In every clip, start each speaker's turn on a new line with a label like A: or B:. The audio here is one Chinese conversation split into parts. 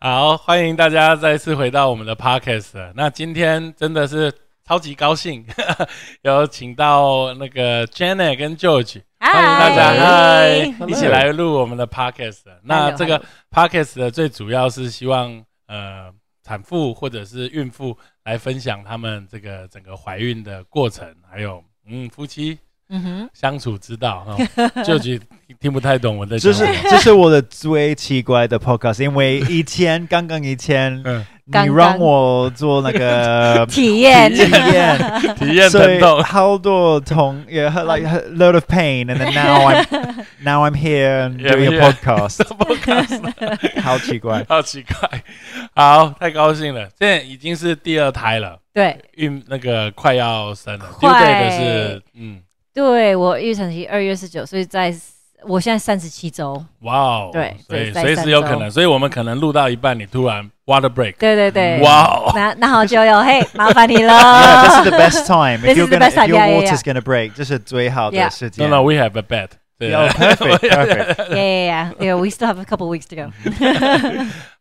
A: 好，欢迎大家再次回到我们的 podcast。那今天真的是超级高兴， 有请到那个 Janet 跟 George，
B: 嗨
A: 欢迎大家嗨
C: Hello
A: 一起来录我们的 podcast。那这个 podcast 的最主要是希望呃产妇或者是孕妇来分享他们这个整个怀孕的过程，还有嗯夫妻
B: 嗯哼，
A: 相处之道。哈 George 听不太懂我在讲
C: 这是
A: 什么。
C: 这是我的最奇怪的 podcast，因为以前刚刚以前
A: 嗯，
C: 你
B: 刚刚
C: 让我做 那个
B: 体验
C: 体验，
A: 体验
C: 所以
A: 疼痛，
C: 好多痛，也 like a lot of pain, and then now I'm now I'm here and
A: Yeah,
C: doing a
A: yeah.
C: podcast，
A: 这不可思议
C: 好奇 怪。
A: 好奇怪，好，太高兴了，现在已经是第二胎了，
B: 对
A: 孕那个快要生了，
B: 快
A: due date 的是，嗯，
B: 对，我预产期二月十九，所以在我现在三十七周。
A: 哇哦，
B: 对
A: 所以
B: 对在
A: 随时有
B: 三
A: 可
B: 周
A: 能，所以我们可能录到一半，你突然 water break，
B: 对对对，
A: 哇哦，
B: 那那好就有嘿，麻烦你
C: Yeah,
B: 了。
C: this is the best time. If
B: This
C: you're
B: is the
C: gonna,
B: best
C: if
B: time,
C: your
B: yeah, yeah,
C: water's gonna break，这是最好
B: Yeah.
C: 的时间
A: no。no we have a bet，对
C: Yeah, perfect, perfect.
B: Yeah, yeah, yeah. yeah. We still have a couple weeks to go.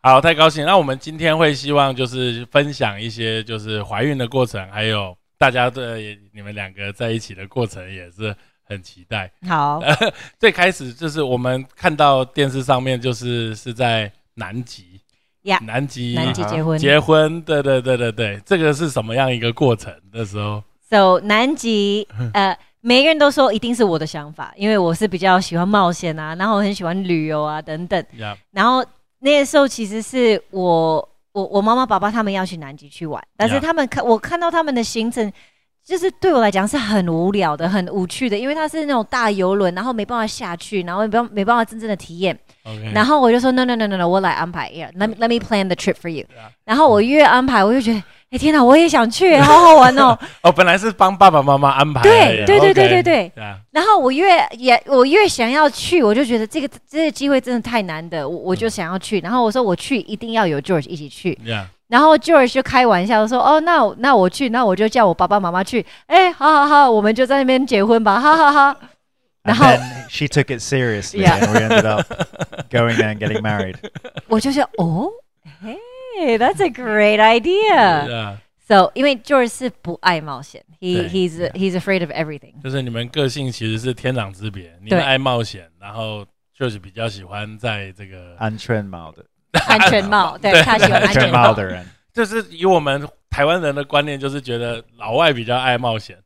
A: 好，太高兴。那我们今天会希望就是分享一些就是怀孕的过程，还有大家对你们两个在一起的过程也是很期待。
B: 好，
A: 最开始就是我们看到电视上面就是是在南极
B: Yeah，
A: 南极
B: 南极结婚。
A: 结婚，对对对对对，这个是什么样一个过程？那时候
B: So 南极，呃，每个人都说一定是我的想法，因为我是比较喜欢冒险啊，然后我很喜欢旅游啊等等。
A: 呀，
B: 然后那个时候其实是我我我妈妈爸爸他们要去南极去玩，但是
A: Yeah.
B: 他们看我看到他们的行程，就是对我来讲是很无聊的、很无趣的，因为它是那种大游轮，然后没办法下去，然后没办没办法真正的体验。
A: OK，
B: 然后我就说 no no no no no，我来安排，yeah，let me let me plan the trip for you
A: Yeah.。
B: 然后我越安排，我就觉得。哎、天哪，我也想去，好好玩哦！
A: 哦，本来是帮爸爸妈妈安排而已，
B: 对对对对对对，
A: 呀，
B: 然后我越也我越想要去，我就觉得这个这个机会真的太难得，我我就想要去。然后我说我去一定要有 George 一起去，
A: 呀，
B: 然后 George 就开玩笑说：“哦，那我那我去，那我就叫我爸爸妈妈去。哎，好好好，我们就在那边结婚吧，哈哈哈。”
C: And
B: 然后
C: then she took it seriously,
B: Yeah.
C: and we ended up going there and getting married.
B: 我就说：“ 哦，嘿，That's a great idea。
A: 呀，”
B: So，因为 George 是不爱冒险，he
A: 对
B: he's
A: yeah.
B: he's afraid of everything。
A: 就是你们个性其实是天壤之别，你
B: 对
A: 们爱冒险，然后就是比较喜欢在这个，
C: 安全帽的，
B: 安全帽，对他 喜欢
C: 安
B: 安
C: 全
B: 全
C: 帽
B: 帽。
C: 的人，
A: 就是以我们台湾人的观念，就是觉得老外比较爱冒险，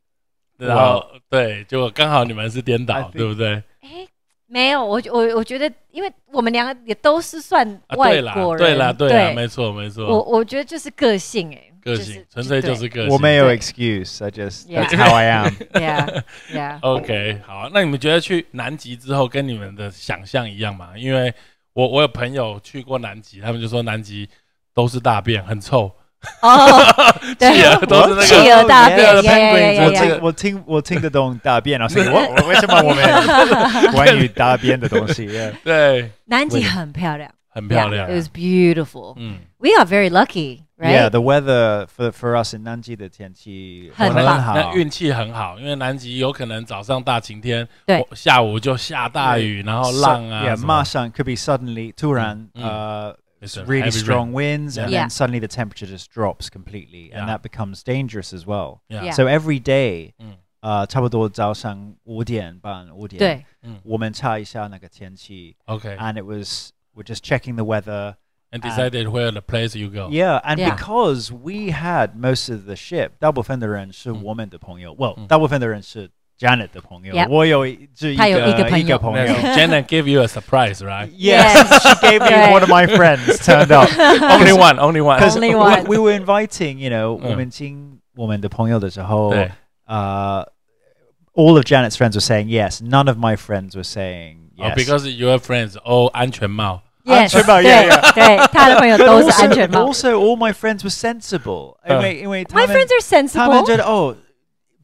A: 然后对，就刚好你们是颠
C: I
A: 倒，
C: think-
A: 对不对？
B: 哎，没有，我我我觉得，因为我们两个也都是算
A: 啊，
B: 外
A: 对啦，
B: 国人，
A: 对啦，对啦，没错，没
B: 我
A: 错，
B: 我觉得就是个性，哎，
A: 个
B: 就
A: 性纯粹就是个性。
C: 我没有
B: 对
C: excuse. I just
B: Yeah.
C: that's how I am.
B: ，yeah yeah。
A: OK，好啊，那你们觉得去南极之后跟你们的想象一样吗？因为我我有朋友去过南极，他们就说南极都是大便，很臭，
B: 哦，对
A: 企鹅都是那
B: 企
A: 个。
B: 鹅大便
A: Yeah, the
B: 呀呀
A: penguins,
B: 呀呀
C: 我
B: 呀
A: 这个
C: 听我听我听得懂大便，然后所以我我为什么 我们关于大便的东西？yeah
A: 对，
B: 南极
C: 对
B: 很漂亮，
A: 很漂亮
B: Yeah,。It was beautiful.
A: 嗯，
B: We are very lucky,
C: Yeah,
B: right?
C: the weather for for us in 南极的天气
B: 很棒
C: 很
A: 那
C: 好，
A: 运气很好，因为南极有可能早上大晴天，
B: 对
A: 我，下午就下大雨，然后浪啊
C: Yeah,
A: 什么
C: 马上 could be suddenly 突然
A: 嗯
C: 呃
A: Mm, It's a
C: really
A: heavy
C: strong winds and
B: Yeah.
C: then suddenly the temperature just drops completely
A: Yeah.
C: and that becomes dangerous as well.
A: rain.
B: Yeah.
C: So every day uh,
A: 嗯
C: 呃差不多早上五点半五点
B: 对，
C: 我们查一下那个天气。
A: OK.
C: and it was we're just checking the weather.
A: And decided where the place you go.
C: Yeah, and
B: Yeah.
C: because we had most of the ship,
A: 嗯。
C: 大部分的人是我们的朋友。Well,
A: 嗯。
C: 大部分的人是 Janet 的朋友。
B: Yep.
C: 我有一-只
B: 他有一个朋友。
C: 一个朋友。
A: Janet gave you a surprise, right?
C: Yes, she gave me
B: Right.
C: one of my friends turned up
A: only one, only one.
C: 'Cause
B: Only
C: we-
B: one.
C: We, were inviting, you know,
A: 嗯。
C: 我们请我们的朋友的时 候，
A: Mm. 对，
C: uh, all of Janet's friends were saying yes. None of my friends were saying
A: 啊
C: Yes
A: Oh, ，because you're friends，哦，安全帽，
C: 安全帽
B: Yes，
C: yeah,
B: 对对，他的朋友
C: But
B: 都是
C: also-
B: 安全帽。
C: Also, all my friends were sensible，、
A: 嗯
C: 因为因为他
B: My
C: 们
B: friends are
C: 他们觉
B: sensible。
C: 得哦，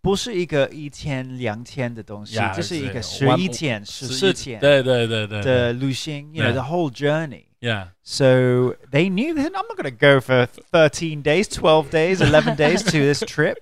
C: 不是一个一天两天的东西
A: Yeah，
C: 这是一个
A: 是
C: 十一天、十四天
A: 对对对对对
C: 的旅行，you know
A: Yeah
C: the whole journey。
A: ，Yeah，
C: So they knew that I'm not going to go for 13 days, 12 days, 11 days to this trip.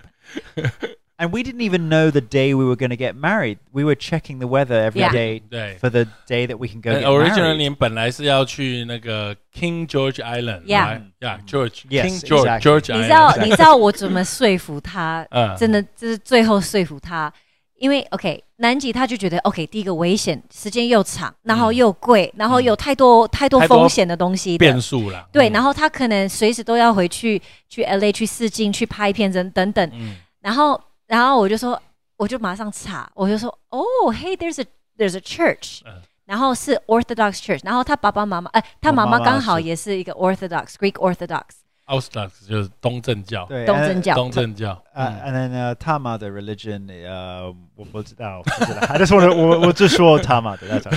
C: And we didn't even know the day we were going to get married. We were checking the weather every
B: Yeah.
C: day
A: 对。
C: for the day that we can go get
A: Original，
C: married.
A: 你本来是要去那个 King George Island，
B: Yeah
A: 呀，George
C: 嗯 Yes,
A: King George
C: exactly
A: George
B: 你知道
A: Island，
B: 你知道我怎么说服他？
A: 哎 嗯
B: 真的，这是最后说服他，因为 OK，南极他就觉得 OK，第一个危险，时间又长，然后又贵，然后有太多太
A: 嗯
B: 多
A: 太多
B: 风险的东西的
A: 变数啦。
B: 对，
A: 嗯
B: 然后他可能随时都要回去去 LA 去试镜、去拍片等等等。
A: 嗯
B: 然后，然后我就说，我就马上查，我就说，哦、h e y there's a there's a church，、
A: 嗯
B: 然后是 Orthodox Church，然后他爸爸妈妈，哎、他
C: 我
B: 妈
C: 妈
B: 妈
C: 妈
B: 刚好
C: 是
B: 也是一个 Orthodox Greek Orthodox
A: ，Orthodox 就是东正教，
C: 对
B: 东正教，
A: 东正教。
C: Uh,
A: 嗯
C: and then uh, Tama, the religion, uh, 我不知道, I just want to, 我我只说 Tama 的, that's all,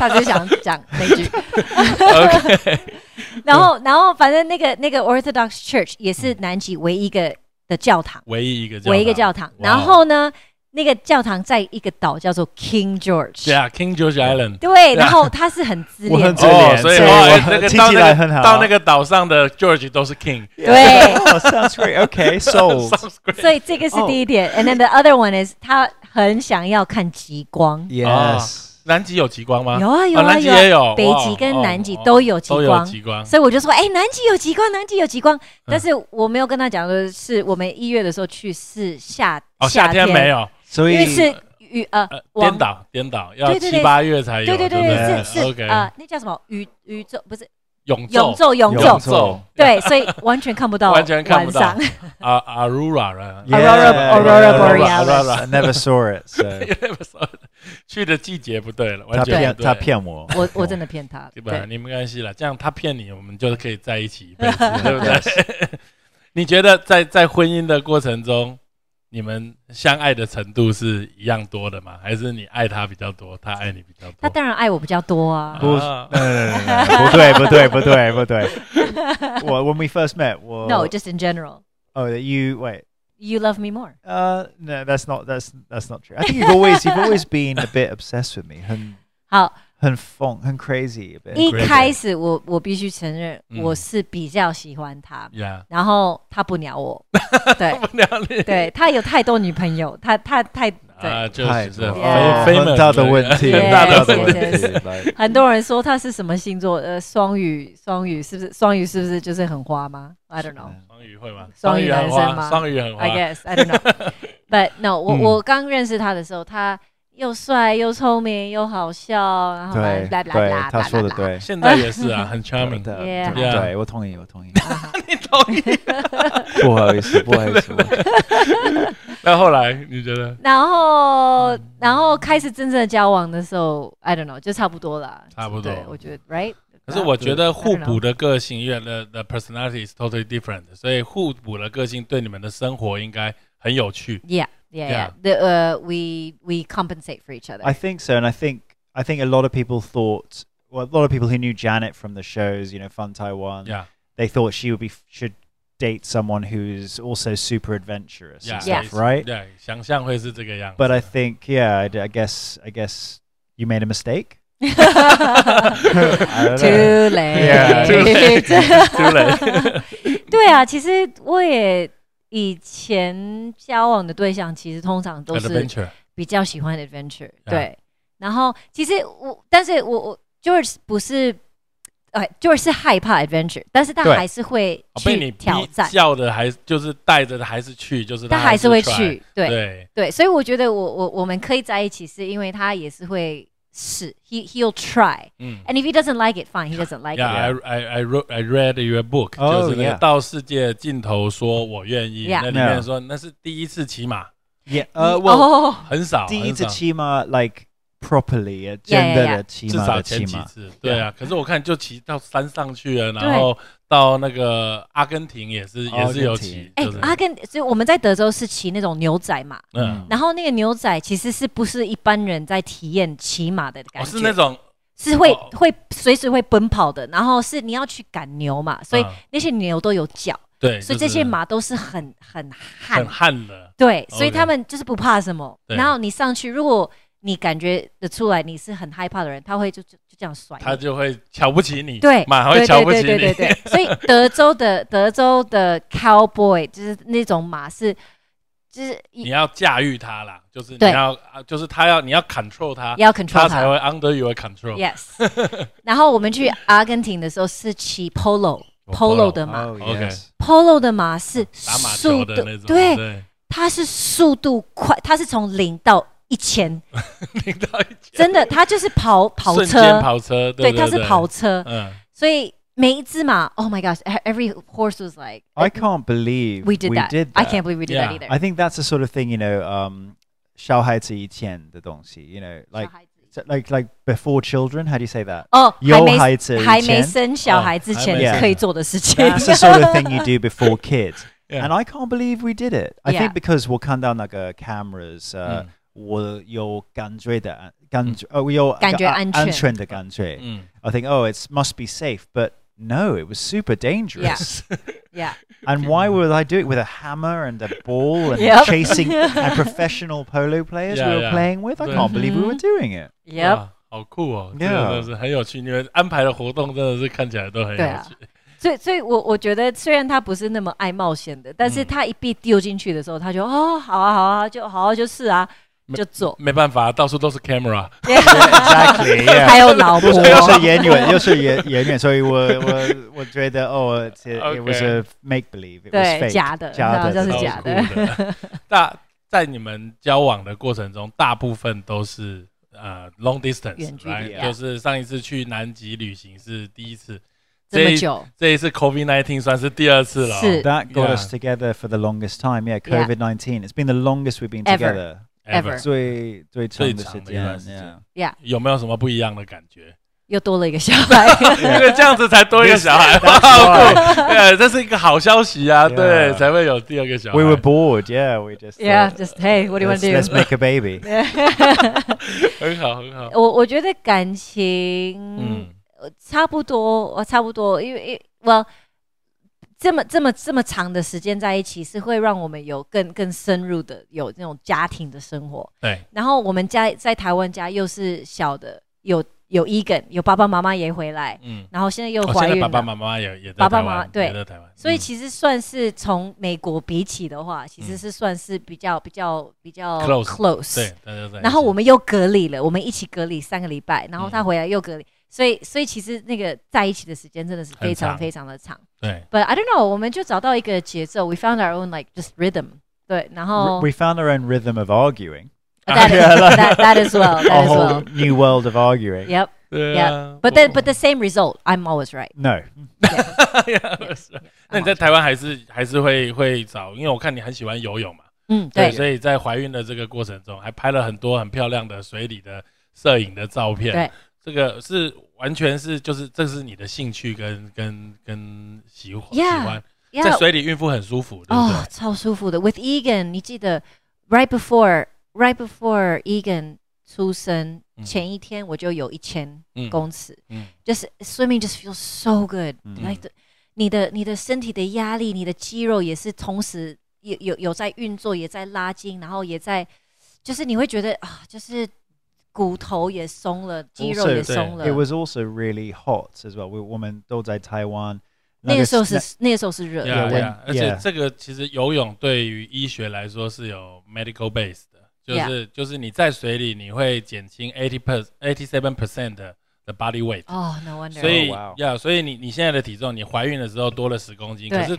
B: 他只是想讲 那句。
C: 呃
A: OK，
B: 然后，然后反正那个那个 Orthodox Church 也是南极唯一一个的教堂，
A: 唯一一个
B: 唯一一个教堂。
A: 哇哦
B: 然后呢，那个教堂在一个岛叫做 King George。
A: 对啊，King George Island。
B: 对，然后他是很自恋
C: 我很
B: 的，
C: 自
A: 哦，
C: 恋
A: 所以
C: 所以
A: 哇
C: 我
A: 哎那 个
C: 听
A: 到
C: 起
A: 那
C: 来
A: 个
C: 很好
A: 到那个岛上的 George 都是 King，
B: 对
C: Oh, sounds great. Okay, sold.
A: Sounds great
B: 所以这个是第一
A: Oh
B: 点。And then the other one is 他很想要看极光，
C: Yes.
A: 南极有极光吗？
B: 有啊有
A: 哦
B: 啊
A: 南极
B: 有啊
A: 也有，
B: 北
A: 哇
B: 极跟
A: 哦
B: 南极
A: 哦
B: 都有极
A: 都有
B: 光。
A: 极光。嗯
B: 所以我就说，哎、南极有极光，南极有极光。但是我没有跟他讲的是，我们一月的时候去是夏、
A: 哦，夏天没，有，
C: So
B: 因为是雨呃
A: 呃，
B: 往
A: 颠倒颠倒，要
B: 对对对
A: 七八月才有，
B: 对对
A: 对
C: 不
B: 对，
C: 对
B: 是是
A: OK，
B: 呃，那叫什么宇宇宙不是
A: 永
B: 永
A: 昼
B: 昼永
A: 永
B: 昼，
A: 昼
C: 昼
B: 对，所以完全看不 到，
A: 完全看不到
B: 晚上
A: 啊，Aurora 了
B: Yeah. Aurora- Aurora Borealis.
A: Aurora-
C: I never saw it. So
A: 去的季节不对了，完
C: 他
A: 全
C: 骗
A: 不对
C: 他。骗我，
B: 我我真的骗他，
A: 对吧？
B: 对，
A: 你没关系了，这样他骗你，我们就可以在一起一 辈子，对不对？ 你觉得在在婚姻的过程中，你们相爱的程度是一样多的吗？还是你爱他比较多，他爱你比较
B: 他
A: 多？
B: 当然爱我比较多啊，
C: 不
A: 啊
C: 不对不对不对不对。 我 when we first met，我
A: 哦
B: No, just in general.
C: oh you wait
B: You love me more.
C: uh no that's not that's that's not true. I think you've always you've always been a bit obsessed with me，很
B: 好，
C: 很疯很 crazy a bit。
B: 一
A: great
B: 开始我我必须承认，
A: 嗯
B: 我是比较喜欢他，
A: 呀，
B: 然后他不鸟我，对
A: 不了你
B: 对，他有太多女朋友，他 他太对，
A: 啊，就是这
B: 多了
A: 非非
C: 很大 的问题，
B: Yeah.
A: 很大的
B: 对
A: 问题。
B: 对对
C: like-
B: 很多人说他是什么星座，呃，双鱼，双鱼是不是双鱼是不是就是很花吗？I don't know。
A: 双鱼会吗？
B: 双鱼
A: 很
B: 男生
A: 花，
B: 吗
A: 双鱼很花
B: I。guess I don't know. But no，我、
A: 嗯
B: 我刚认识他的时候，他又帅又聪明又好笑，然后
C: 对
B: 啦啦啦啦啦
C: 对，他说的
B: 啦。
C: 对。
A: 现在也是啊，很 charming。
C: 对
B: Yeah.
C: 对
A: Yeah.
C: 对，我同意，我同意。
A: 你同意？
C: 不好意思，不好意思，
A: 那后来你觉得
B: 然后，然后开始真正的交往的时候，I don't know，就差不多啦。
A: 差不多
B: 对，我觉得 right。
A: 可是我觉得互补的个性，因为 the the personality is totally different，所以互补的个性对你们的生活应该很有趣。
B: Yeah, yeah, yeah. The, uh, we we compensate for each other.
C: I think so, and I think I think a lot of people thought, well, a lot of people who knew Janet from the shows, you know, Fun Taiwan,
A: Yeah,
C: they thought she would be should date someone who's also super adventurous
A: yeah,
C: and
B: Yeah.
C: stuff, right?
A: Yeah，想象会是这个样子。
C: But I think, yeah, I, d- I guess, I guess you made a mistake. I don't know.
B: Too
C: Yeah, too
B: late.
A: 对不对？
B: 对啊，其实我也以前交往的对象，其实通常都是
A: Adventure，
B: 比较喜欢 adventure，、
A: 啊
B: 对。然后其实我，但是我我 George 不是，哎、g e o r g e 是害怕 adventure，但是他
C: 对
B: 还是会
A: 哦被
B: 去
A: 你
B: 挑战，
A: 叫的还就是带着的还是去，就是
B: 他还
A: 还
B: 是会
A: try
B: 去，对对
A: 对
B: 所以我觉得我我我们可以在一起，是因为他也是会试，he he'll try，and
A: 嗯。
B: if he doesn't like it, fine, he doesn't like
A: Yeah,
B: it.
A: I I I wrote I read your book，、
C: Oh,
A: 就是那个
C: yeah.
A: 到世界尽头说我愿意。
B: Yeah.
A: 那里面说那是第一次骑马，
B: Mm,
C: yeah, uh, well,
B: 哦
A: 很少，
C: 第一
A: 很
C: 次
A: 少。
C: 骑马，like properly
B: Yeah,
C: a
B: yeah,
C: gender
B: yeah.
C: 的骑
A: 至
C: 马
A: 少
C: 的
A: 前
C: 骑
A: 几
C: 马，
A: 次，对啊。可是我看就骑到山上去了，
B: 对
A: 然后到那个阿根廷也是也是有骑，
B: 哎
A: 就是，
B: 阿根，所以我们在德州是骑那种牛仔马，
A: 嗯，
B: 然后那个牛仔其实是不是一般人在体验骑马的感
A: 我
B: 觉？
A: 哦是那种
B: 是会
A: 哦
B: 会随时会奔跑的，然后是你要去赶牛嘛，所以
A: 嗯
B: 那些牛都有脚，
A: 对，
B: 所以
A: 就
B: 这
A: 是
B: 些马都是很很悍
A: 很，悍的，
B: 对，所以
A: OK
B: 他们就是不怕什么。
A: 对
B: 然后你上去，如果你感觉得出来你是很害怕的人，他会就就就这样甩你。
A: 他就会瞧不起你，
B: 对
A: 马会
B: 对
A: 瞧
B: 对
A: 不
B: 对
A: 起
B: 对对
A: 你，
B: 对，所以德州的德州的 cowboy 就是那种马是，就是
A: 你
B: 也
A: 要驾驭他啦，就是你
B: 对
A: 要啊就是他要你要 control 他，
B: 要 control
A: 他才
B: 它。
A: 会 under your control。
B: Yes。然 后我们去阿根廷的时候是骑 polo
A: 哦
B: polo 的马
C: Oh,
A: Okay.
C: yes.
B: ，polo 的马是
A: 哦打马球
B: 速
A: 的
B: 度
A: 那种，
B: 对，
A: 对，
B: 它是速度快，它是从零到一千，
A: 领到一脚
B: 真的，它就是跑跑
A: 瞬间
B: 车，
A: 跑车，对，
B: 对，它是跑，车，
A: 嗯，
B: 所以每一只马，Oh my gosh，every horse was like
C: I can't believe
B: we did that. I can't believe we did that
A: Yeah.
B: either.
C: I think that's the sort of thing, you know, um, 小孩子以前的东西, you know, like
B: 小孩子
C: so- like like before children. How do you say that?
B: 哦，还没还没
C: 有孩子以前.
B: 生小孩之
A: 哦还没
B: 前
C: 生
B: 可以做的事情。
C: That's the sort of thing you do before kids.
A: Yeah.
C: And I can't believe we did it. I
B: Yeah.
C: think because 我看到那个 cameras, uh,
A: 嗯 Mm.
C: 我有感觉的感觉-呃，我有
B: 感觉安全。
C: 安全的感觉。
A: 嗯
C: I think, oh, it must be safe, but no, it was super dangerous.
B: yeah,
C: and why would I do it with a hammer and a ball and
B: Yep.
C: chasing and professional polo players
A: Yeah,
C: we were
A: yeah.
C: playing with? I
A: Yeah.
C: can't believe we were
B: Mhm.
C: doing it.
B: yep.
A: 哇好酷哦，真
C: Yeah
A: 的是很有趣。你们安排的活动真的是看起来都很
B: 对
A: 有
B: 啊
A: 趣。
B: 所以，所以我我觉得，虽然他不是那么爱冒险的，但
A: 嗯
B: 是他一被丢进去的时候，他就哦，好啊，好啊，就好啊，就是啊，就做。
A: 没办法，到处都是 camera，
C: exactly. Yeah.
B: 还有 老婆，
C: 又是演员，又是演演员，所以我我我我觉得哦、oh, it was a make believe, it was
B: 对，
C: fake，
B: 假的，
C: 假的，
B: 然后就是
A: 超
B: 假
A: 酷
B: 的
A: 的。 大在你们交往的过程中，大部分都是呃 long
B: 远
A: distance，
B: 距离啊
A: right？
B: yeah
A: 就是上一次去南极旅行是第一次，
B: 这
A: 一
B: 么久，
A: 这一次 COVID 1 9算是第二次了哦。
B: 是
C: That got
A: Yeah.
C: us together for the longest time. Yeah,
B: Yeah.
C: COVID nineteen. It's been the longest we've been
B: Ever.
C: together.
B: Ever
C: 最-最长的时
A: 最长
C: 间，
A: 的一段时间。
B: Yeah，
A: 有没有什么不一样的感 觉？
B: 又多了一个小孩。
A: 因为这样子才多一个小孩，哇，好酷！ 对，这是一个好消息啊，
C: Yeah
A: 对，才会有第二个小
C: yeah.
A: 孩。
C: We were bored. Yeah, we just
B: Yeah,
C: thought,
B: just hey, what do you want to
C: let's, let's
B: do?
C: make a baby.
A: 很好，很好。
B: 我我觉得感情，
A: 嗯，
B: 差不多，我差不多，因为因为我这么这么这么长的时间在一起，是会让我们有更更深入的有那种家庭的生活。
A: 对。
B: 然后我们家在台湾家又是小的，有有 Egan，有爸爸妈妈也回来，
A: 嗯，
B: 然后现在又
A: 我
B: 怀
A: 现在
B: 孕了，
A: 爸爸妈妈也也在
B: 爸爸
A: 台
B: 妈妈
A: 湾，
B: 对
A: 也在台湾，
B: 所以
A: 嗯
B: 其实算是从美国比起的话，其实是算是比较比较比较
A: Close，
B: close
A: 对，大家在一起。
B: 然后我们又隔离了，我们一起隔离三个礼拜，然后他
A: 嗯
B: 回来又隔离，所以所以其实那个在一起的时间真的是非
A: 很长
B: 常非常的长。
A: 对
B: But I don't know，我们就找到一个节奏，we found our own like just rhythm。对，然后
C: We found our own rhythm of arguing.
A: 啊
B: that is
C: Yeah, like-
B: that that as well that
C: A
B: as
A: Oh,
B: well。
C: whole new world of arguing.
B: Yep,
A: 对
B: Yeah，
A: 啊
B: but then but the same result. I'm always right.
C: No.
A: the，那 你在
B: I'm always right
A: 台湾还是还是会会找，因为我看你很喜欢游泳嘛，
B: 嗯对
A: 所以在怀孕的这个过程中，还拍了很多很漂亮的水里的摄影的照片。
B: 对，
A: 这个是完全是就是这是你的兴趣跟跟跟喜欢
B: Yeah，
A: 喜欢，在
B: yeah
A: 水里孕妇很舒服，对不对
B: 哦？超舒服的。With Egan，你记得 right before right before Egan 出生
A: 嗯
B: 哦前一天，我就有一千
A: 嗯
B: 公尺。
A: 嗯，
B: just swimming just feels so good.
C: 嗯
B: Like the, 你的你的身体的压力，你的肌肉也是同时有有有在运作，也在拉筋，然后也在，就是你会觉得啊，就是骨头也松了，肌肉也松了
C: 哦 It。was also really hot as well. We woman Taiwan.
B: 那个时候是那个时候是热
A: 呀
B: 的，
C: 对
A: 呀，而
C: yeah
A: 且这个其实游泳对于医学来说是有 medical base 的，就是就是你在水里你会减轻 eighty per eighty seven percent 的的 body weight，
B: 哦、n o wonder。
A: 所以
C: Oh, wow
A: 呀，所以你你现在的体重，你怀孕的时候多了十公斤，
B: 对
A: 可是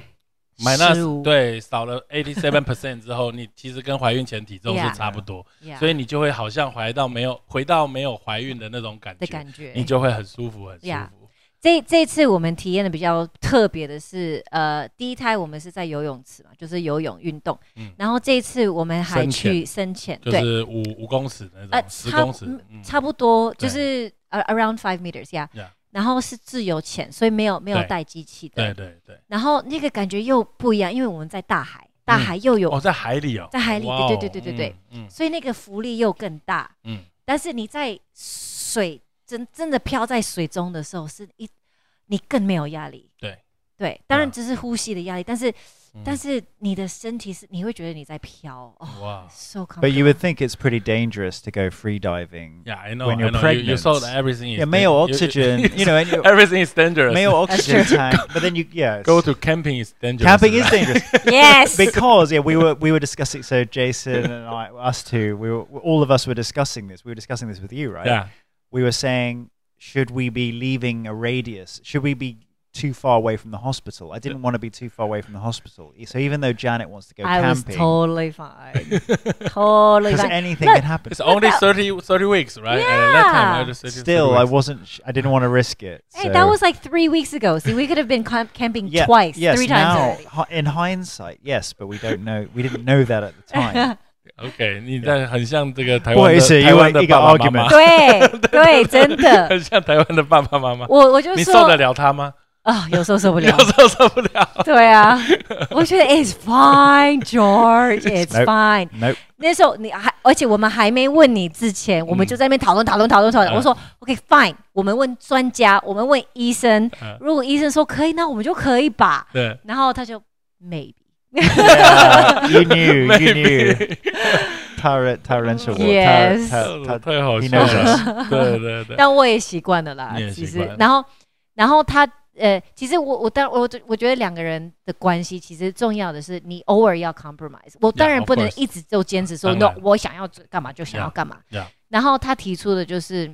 A: 买那
B: 15
A: 对少了 eighty seven percent 之后，你其实跟怀孕前体重是
B: Yeah
A: 差不多，
B: Yeah，
A: 所以你就会好像怀到没有回到没有怀孕的那种感
B: 的
A: 觉，
B: 感觉，
A: 你就会很舒服很舒
B: 呀
A: 服。
B: 这这一次我们体验的比较特别的是，呃，第一胎我们是在游泳池嘛，就是游泳运动，
A: 嗯
B: 然后这一次我们还
A: 深潜
B: 去深潜，
A: 就
B: 对，
A: 是五五公尺那
B: 呃
A: 种，啊十
B: 差
A: 公尺
B: 嗯，
A: 嗯
B: 差不多
A: 对
B: 就是呃 around five meters yeah，,
A: Yeah
B: 然后是自由潜，所以没有没有
A: 对
B: 带机器
A: 对
B: 的，
A: 对对，
B: 然后那个感觉又不一样，因为我们在大海，大海又有，
A: 哦，在海里哦，
B: 在海里
A: 哇哦
B: 对对对对对对，
A: 嗯
B: 所以那个浮力又更大。
A: 嗯
B: 但是你在水真真的飘在水中的时候，是一你更没有压力。
A: 对
B: 对，当然
A: 对啊
B: 只是呼吸的压力，但是、
A: 嗯，
B: 但是你的身体是你会觉得你在飘哦
A: 哇
B: ，so comfortable。
C: But you would think it's pretty dangerous to go free diving.
A: Yeah, I know.
C: when you're
A: I know. You, you
C: pregnant.
A: sold everything. Is
C: Yeah, 没有
A: dan-
C: oxygen,
A: you-
C: you know, and you-
A: everything is dangerous.
C: Male oxygen
B: That's true.
C: tank, but then you yeah
A: Go
C: it's-
A: to camping is dangerous.
C: camping is
A: right?
C: dangerous
B: yes，
C: because yeah we were we were discussing so Jason and I us two we were all of us were discussing this we were discussing this with you right
A: Yeah,
C: we were saying should we be leaving a radius should we be too far away from the hospital I didn't want to be too far away from the hospital so even though Janet wants to go
B: I was
C: camping
B: totally fine, totally
C: because
B: fine.
C: anything
B: Look,
C: can happen
A: it's only 30, 30 weeks, right? And at that time, I
B: Yeah.
A: was 30,
C: still
A: 30
C: I
A: weeks.
C: wasn't sh- I didn't want to risk it
B: Hey,
C: so-
B: that was like three weeks ago. See, we could have been camp- camping
C: Yeah,
B: twice,
C: yes,
B: three times
C: now,
B: already.
C: hi- in hindsight yes but we don't know we didn't know that at the time
A: OK，你在很像这个台
C: 不好
A: 湾
C: 意思
A: 的台湾的
C: 因为一个
A: 爸爸妈
C: argument
A: 妈，
B: 对 对，真的，
A: 很像台湾的爸爸妈妈。
B: 我我就
A: 你
B: 说
A: 受得了他吗？
B: 啊、有时 候受不
A: 有
B: 了。
A: 时候受不了。
B: 对啊，我觉得 it's fine, George, it's
C: Nope.
B: fine。
C: nope
B: 那时候你还，而且我们还没问你之前，我们就在那边讨论、讨论、讨论、讨
A: 嗯
B: 论。我说 OK, fine。我们问专家，我们问医生
A: 嗯，
B: 如果医生说可以，那我们就可以吧。
A: 对
B: 然后他就 maybe
C: Yeah, Uh, you knew, you knew.
A: ，maybe，
C: Tyrant, tyrantula.
B: Yes.
A: 哦太好
C: he
A: 笑
C: knows
A: 了。
C: us.
A: 对对对，
B: 但我也习惯了啦
A: 你也，
B: 其
A: 习
B: 实
A: 惯了，
B: 然后，然后他，呃，其实我我当我我觉得两个人的关系，其实重要的是你偶尔要 compromise。我当
A: Yeah,
B: 然
A: of
B: 不能
A: course.
B: 一直就坚持说
A: 当
B: no，
A: 然
B: 我想要干嘛就想要干嘛
A: Yeah, yeah.。
B: 然后他提出的就是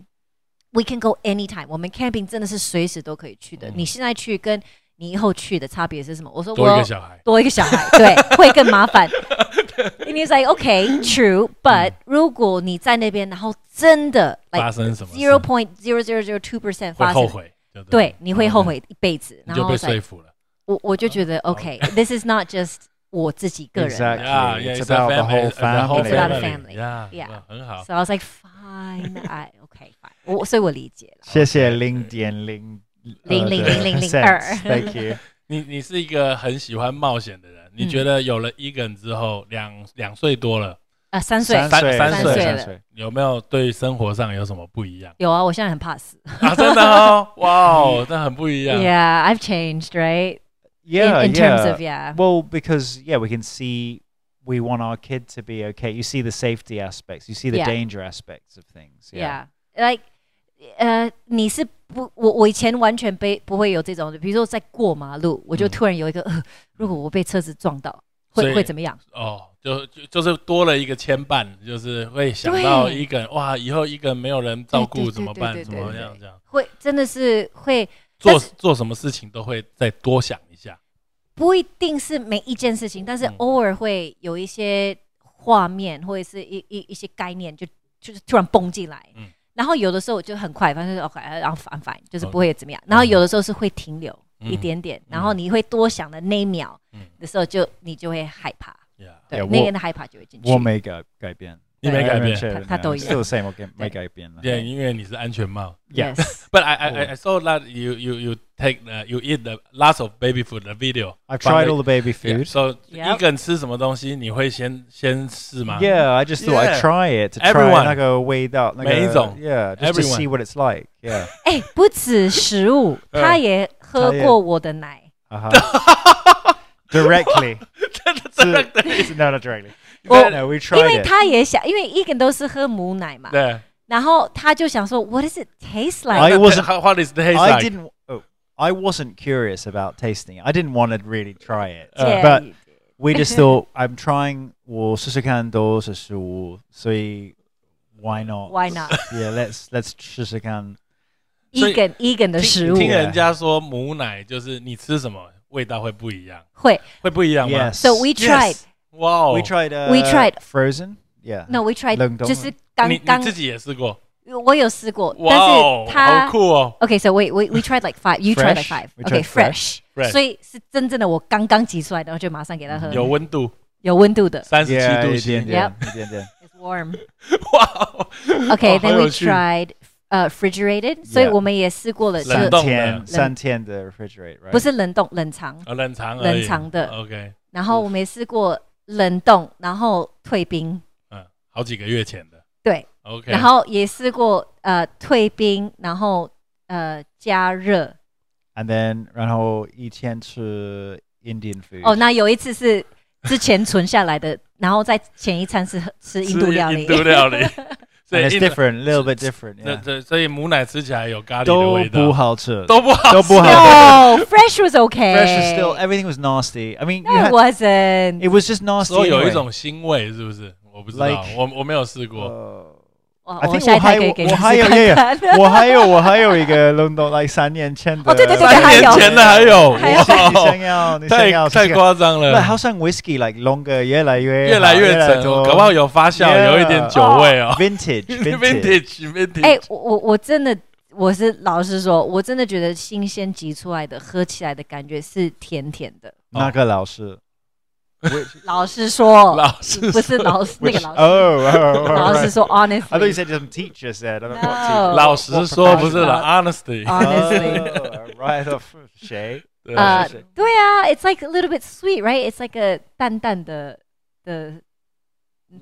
B: ，we can go anytime。我们 camping 真的是随时都可以去的。
A: 嗯
B: 你现在去跟你以后去的差别是什么？我说
A: 多一
B: 我
A: 个小孩。
B: 多一个小孩， 对，会更麻烦。And he's like, okay, true, but、如果你在那边，然后真的 like
A: 嗯发生什么事
B: zero point zero zero zero two percent
A: 会
B: 发
A: 后
B: 生，
A: 悔，对不
B: 对，你会后，悔一辈子。
A: 你
B: 然
A: 就
B: 后
A: 被
B: it's like-
A: 说服嗯了。
B: 我我就觉得 OK，this is not just 我自己个人的
C: Exactly. It's
A: a
C: about the
A: family,
C: whole
A: it's a whole
B: family. It's about a
A: family.
B: family.
A: Yeah,
B: Yeah.
A: yeah，很好。
B: ，so I was like fine，I OK fine，我所以我理解了。
C: 谢谢零点零
B: 0.00002
C: cents. uh, Thank you.
A: 你你是一个很喜欢冒险的人，你
B: 嗯
A: 觉得有了 Egan 之后，两两岁多了，
B: 啊，三岁
A: 三岁，三岁，
B: 三岁了。
A: 有没有对生活上有什么不一样
B: 有啊，我现在很怕死。
A: 啊？真的哦，哇 哦，那很不一样。
B: Yeah，I've changed right
C: Yeah,
B: in in
C: yeah.
B: terms of yeah
C: Well, because yeah, we can see we want our kid to be okay. You see the safety aspects. You see the
B: Yeah.
C: danger aspects of things. Yeah.
B: yeah like 呃，你是不我我以前完全被不会有这种的，比如说在过马路，我就
A: 嗯
B: 突然有一个，呃如果我被车子撞到，
A: 所
B: 会
A: 以
B: 会怎么样？
A: 哦，就就就是多了一个牵绊，就是会想
B: 对
A: 到 Egan，哇，以后 Egan 没有人照
B: 对
A: 顾
B: 对
A: 怎么
B: 对
A: 办？
B: 对
A: 怎
B: 对
A: 么
B: 对
A: 样？这样
B: 会真的是会
A: 做
B: 但是
A: 做什么事情都会再多想一下。
B: 不一定是每一件事情，但是
A: 嗯
B: 偶尔会有一些画面或者是一一一些概念，就就是突然蹦进来。
A: 嗯
B: 然后有的时候我就很快，反正就是 OK，然后反反就是
A: OK
B: 不会怎么样。然后有的时候是会停留
A: 哦嗯
B: 一点点，然后你会多想的那一秒
A: 嗯
B: 的时候，就你就会害怕，
A: ，Yeah，
B: 对，那
C: Yeah，
B: 个
C: 我
B: 人的害怕就会进去。
C: 我没改改变，
A: 你没改变，
B: 他都一样。
C: still the same. 我没改变。
A: 对，因为你是安全帽。
C: Yeah.
B: Yes，
A: But I, I, I- I saw that you, you, you take uh, you eat the lots of baby food. The video.
C: I've tried all the baby
A: Yeah,
C: food.
A: So
B: Yep.
A: Egan 吃什么东西，你会先先试吗
C: Yeah, I just thought
A: uh, Yeah.
C: I'd try it to
A: Everyone.
C: try 那个味道，那个
A: 每一种。
C: yeah, just to
A: Everyone.
C: see what it's like. Yeah.
B: 哎，不止食物，
A: 嗯
B: 他也喝
C: 他也
B: 过我的奶。
C: Uh-huh. directly. It's- no, not directly.
B: Well,
C: no, we
B: 因
C: tried
B: 为
C: it.
B: 他也想，因为 Egan 都是喝母奶嘛，
A: 对。
B: 然后他就想说，What does it taste like？
C: I wasn't-
A: How, what is the taste
C: I
A: like?
C: didn't. Oh, I wasn't curious about tasting it. I didn't want to really try it.
A: Uh,
B: Yeah,
C: 呃 but
B: you did.
C: We just thought I'm trying. 我试试看多试试，所以 why not?
B: Why not？
C: Yeah, let's let's 试试看。
A: 所以
B: Egan Egan 的食
A: 听
B: 物
A: 听
C: 啊
A: 人家说母奶就是你吃什么味道会不一样，
B: 会。
A: 会不一样吗
C: Yes.
B: ，So we tried-
C: Yes.
A: 哇哦！
C: We tried. Uh,
B: We tried-
C: frozen. Yeah.
B: No, we tried
C: 冷冻
B: 就是刚
A: 你
B: 刚
A: 你自己也试过哦
B: 我有试过，但
D: 哇，
B: 是它
D: 好酷哦！
B: Okay, so we, we, we tried like five. You tried like
C: Fresh?
B: five.
C: We
B: Okay,
C: tried
B: fresh.
D: fresh.
B: 所以是真正的我刚刚挤出来，然后就马上给他喝，
D: 有温度，
B: 有温度的。
D: 三十七
C: Yeah,
D: 度
C: you
D: C
C: did, yeah, you did, yeah.
B: It's warm.
D: 哇
A: 嗯
B: Okay,
A: 哦
D: 好
B: then
D: 有
B: we
D: 趣
B: tried 呃 refrigerated. 所以我们也试过了，就
D: 冷冻的
C: 三天-
D: 冷-
C: 三天的 refrigerate, right?
B: 不是冷冻冷藏，
A: 呃，冷藏而已
B: 冷藏的。
A: OK，
B: 然后我们也试过冷冻，然后退冰，
A: 嗯，好几个月前的。
B: 对
A: ，OK，
B: 然后也试过呃退冰，然后呃加热。
C: And then 然后一天吃 Indian food.
B: 哦，那有一次是之前存下来的，然后在前一餐是喝吃印度
A: 吃
B: 料理
A: 印。度 料理，所
C: And
A: 以
C: it's
A: 印度
C: different, a little bit different.
A: 这
C: Yeah.
A: 这所以母奶吃起来有咖喱的味道，
C: 都不好吃。
A: 都不好，
C: 都不好
B: No, fresh was okay.
C: Fresh is still everything was nasty. I mean, you
B: No, it
C: had,
B: wasn't.
C: it was just nasty.
A: 所以有一
C: anyway.
A: 种腥味，是不是？我不知道，
C: Like-
A: 我我没有试过。
B: 哇
C: I
B: 我
C: think
B: 下一台可以
C: 我还
B: 给你试
C: 我还有耶
B: 看 看。
C: 我还有我还有一个冷冻 like 三年前的。
B: 哦，对，对，对，
A: 三
B: 还有
A: 年前的还有，
B: 还有
A: 哇， 太
C: 你想要你想要
A: 太夸张了
C: But，how some whiskey like longer 越来越
A: 越来越沉，
C: uh, oh."
A: 搞不好有发酵，
C: Yeah
A: 有一点酒味 哦。
C: vintage vintage
A: Oh. vintage vintage，
B: 哎，我我我真的，我是老实说，我真的觉得新鲜挤出来的，喝起来的感觉是甜甜的。
A: Oh.
C: 那个老师
B: 老实说，
A: 老师
B: 哦不是老师那个
C: which
B: 老师，
C: oh, oh, oh,
B: 老
C: right.
B: 师说
C: I thought you
B: honestly，honestly
C: said some teacher said I don't know
B: No.
C: what teacher
A: 老实说，不是啦
B: Oh
A: ，honesty，
C: oh, right off Oh, shade
A: 对
B: 呃
C: 是是，
B: 对啊，it's like a little bit sweet, right? It's like a 淡淡的的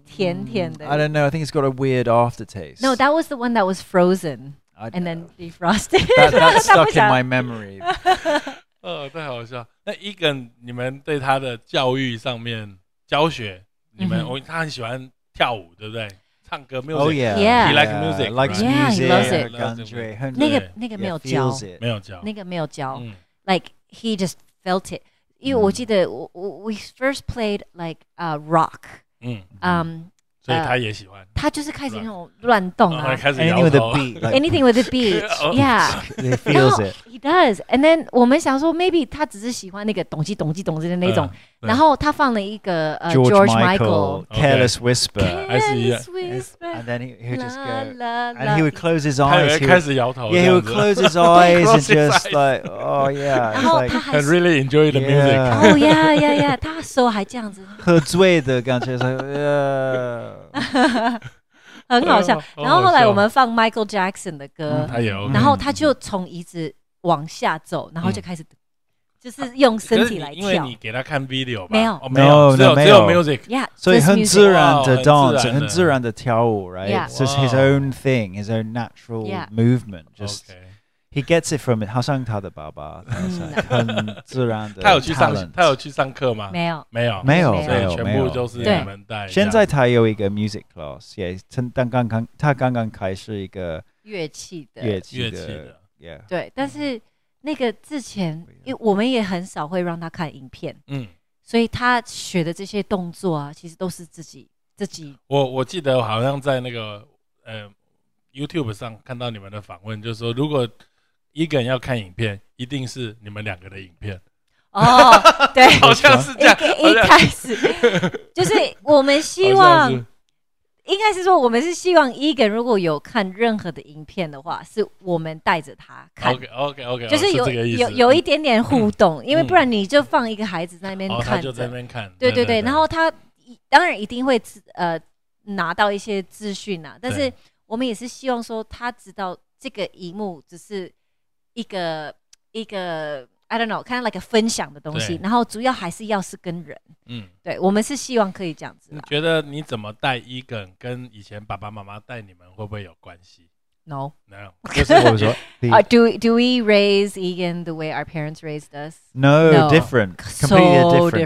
B: 甜甜
C: 嗯 I
B: 的。
C: don't know I think it's got a weird aftertaste
B: No, that was the one that was frozen
C: I don't
B: and then
C: know.
B: defrosted.
C: that, that
B: 他不
C: stuck in
B: 想
C: my memory
A: 呃，太好笑。那伊耿，你们对他的教育上面教学，你们
B: 嗯哼
A: 我他很喜欢跳舞，对不对？唱歌没有
C: oh yeah
B: Yeah.
A: He likes music,
B: right?
C: likes
B: Yeah, he
C: music
B: loves it.
C: ganja,
B: 那
A: 对
B: 个那个没有
C: yeah,
B: 教，
C: feels it
A: 没有教，
B: 那个没有教。
A: 嗯
B: Like he just felt it，因
C: Mm.
B: 为我记得我我 we first played like uh rock，
A: 嗯，
B: 嗯，
A: 所以他也喜欢，
B: 他就是开始那种乱动
A: 然后
B: 啊
A: 他开始
C: anything
A: 摇
C: with
A: 头
C: a。beat like
B: ，anything with a
A: Oh.
B: beat，yeah。
C: it feels it
B: He does. And then 我们想说，maybe 他只是喜欢那个懂机懂机懂机的那种
A: 嗯。对
B: 然后他放了一个呃
C: Uh, George,
B: uh, George
C: Michael,
B: Michael，
A: Okay.
C: Careless Whisper.
A: Can- I see, yeah.
B: Dance with me,
C: And then he, he would just
B: la,
C: go.
B: la,
C: And he
B: la.
C: would close his
A: 他也
C: eyes.
A: 会啊
C: He
A: 开
C: would,
A: 始摇头这
C: yeah, he
A: 样
C: would
A: 子，
C: close his eyes and
A: Close his
C: just
A: eyes.
C: like, oh yeah.
B: 然
C: It's
B: 后
C: like,
B: 他还
A: 很 really enjoy the music。
C: yeah.
B: Oh yeah, yeah, yeah！他手还这样子，
C: 喝醉的感觉, it's like, yeah.
B: 很好笑
A: 哎。呦
B: 然后后
A: Oh, 好好
B: 来
A: 笑
B: 我们放 Michael Jackson 的歌
C: Mm,
A: 嗯，他也 OK。
B: 然后他就从椅子往下走，然后就开始，就是用身体来
A: 可是你因为
B: 跳
A: 你。给他看 video 吧，
B: 没有
A: 哦，没有，
C: No,
A: 只有只
C: no，没
A: 有
C: 有
A: music。
B: Yeah，this music.
C: 所以很自然
A: 哇，
C: 的
A: 很自然的。
C: dance, 很自然的跳舞, right?
B: Yeah.
C: It's just his
A: Wow.
C: own thing, his own natural
B: Yeah.
C: movement. Just
A: OK，
C: he gets it from it. 好像他的爸爸，
B: Mm.
C: 很自然的
A: 他有去上
C: talent。
A: 他有去上课吗？
B: 没有，
A: 没有，
C: 没有，
A: 所以
B: 没有，
A: 全部
C: 没有，
A: 就是
B: 对
A: 你们带。
C: 现在他有一个 music class，也趁但刚刚他刚刚开始一个
B: 乐器的，
C: 乐器
A: 乐
C: 的
A: 器的，
C: yeah
B: 对。但是那个之前
C: 不一样，
B: 因为我们也很少会让他看影片，
A: 嗯，
B: 所以他学的这些动作啊，其实都是自己自己。
A: 我我记得好像在那个呃 YouTube 上看到你们的访问，就是说如果一个人要看影片，一定是你们两个的影 片，
B: 哦，对，
A: 好像是这样，
B: 一一
A: 好像
B: 开始就是我们希
A: 好
B: 望
A: 像是
B: 应该是说，我们是希望 Egan 如果有看任何的影片的话，是我们带着他看
A: OK OK OK，
B: 就是有
A: 啊这个意思，
B: 有有一点点互动，因为
A: 嗯
B: 不然你就放一个孩子在那边
A: 哦，他
B: 看
A: 就在那
B: 着，
A: 边看，
B: 对对对，然后他一当然一定会知呃拿到一些资讯啊，但是
A: 对
B: 我们也是希望说他知道这个荧幕只是一个一个 I don't know，看 like a 分享的东西
A: 对，
B: 然后主要还是要是跟人，
A: 嗯。
B: 对我们是希望可以这样子
A: 你
B: 啦。
A: 觉得你怎么带伊耿，跟以前爸爸妈妈带你们会不会有关 系？
B: No，
A: 没有，
C: 就是我 说
B: 啊、do do we raise Egan the way our parents raised us？
C: no
B: No.
C: different
B: So
C: Mm, completely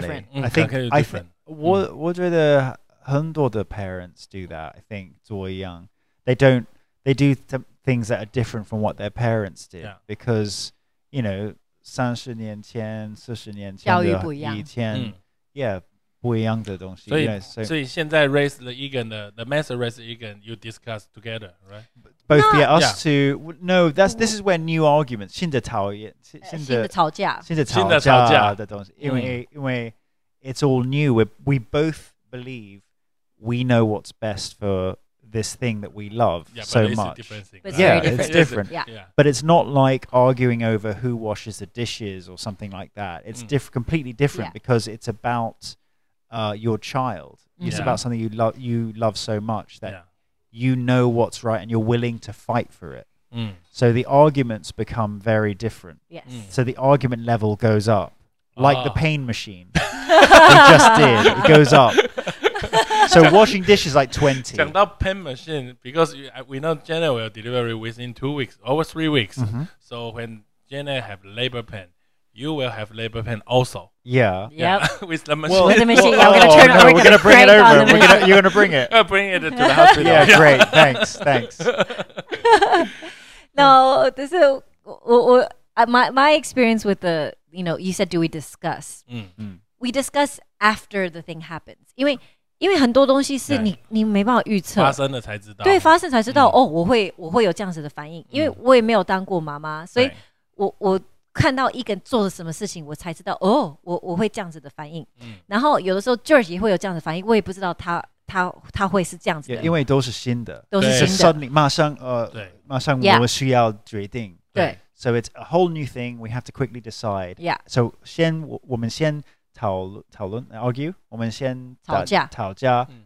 B: different.
C: different Mm. I
A: 嗯
C: think
A: 可以
C: I
A: different
C: think 我我觉得很多的 parents do that I think 做一样 they don't they do th- things that are different from what their parents did
A: Yeah.
C: because you know 三十年前四十年前
B: 教育不一样。
A: 嗯
C: 以前，yeah 不一样的东西
A: 所以
C: yeah, Mm. so
A: 所以现在 raise the Egan 的 the master raise Egan you discuss together right？
C: both yeah
A: Yeah.
C: us two w- no that's this is where new arguments 新的讨厌
B: 呃新的吵架，
A: 新的吵架。
C: 新的吵架的东西，因为-因为 it's all new. We we both believe we know what's best for this thing that we love
A: Yeah, but
C: so
A: it's a
C: much.
A: different thing.
B: But it's
C: yeah,
B: very
C: it's
B: different.
C: different.
B: Yeah.
A: Yeah.
C: But it's not like arguing over who washes the dishes or something like that. It's
A: Mm.
C: diff- completely different
B: Yeah.
C: because it's about uh, your child. It's
A: Yeah.
C: about something you love you love so much that
A: Yeah.
C: you know what's right and you're willing to fight for it.
A: Mm.
C: So the arguments become very different.
B: Yes.
A: Mm.
C: So the argument level goes up, like the
A: Ah.
C: pain machine we just did. It goes up. So washing dishes like twenty.
A: 讲到 pen machine because you- I- we know Janet will delivery within two weeks or three weeks.
C: Mm-hmm.
A: So when Janet have labor pen, you will have labor pen also.
C: Yeah.
B: Yep.
A: Yeah, with the machine.
C: Well-
B: With the machine, yeah,
C: oh,
B: we're gonna turn.
C: no,
B: we're,
C: we're
B: gonna,
C: bring it
B: crank on
C: over.
B: the
C: We're
B: machine.
C: gonna, you're gonna bring it.
A: Uh, bring it to the hospital.
C: Yeah, great. Thanks, thanks.
B: No, this is w- w- uh, my my experience with the you know you said do we discuss?
A: Mm.
B: We discuss after the thing happens，因为因为很多东西是
A: 对
B: 你你没办法预测，
A: 发生了才知道。
B: 对，发生才知道、
A: 嗯
B: 哦，我会我会有这样子的反应，因为我也没有当过妈妈，所以
A: 对
B: 我我看到一个人做了什么事情，我才知道哦，我我会这样子的反应。
A: 嗯
B: 然后有的时候 George 也会有这样的反应，我也不知道他他他会是这样子的，
C: Yeah，因为都是新的，
B: 都是
A: 对
B: 新的，
C: uh,
A: 对。
B: Yeah.
C: 马上呃，马上我们需要决定。
B: 对
C: So it's a whole new thing. We have to quickly decide.
B: Yeah.
C: So 先我我们先讨讨论 argue，我们先
B: 吵架。
C: 吵架，
A: 嗯。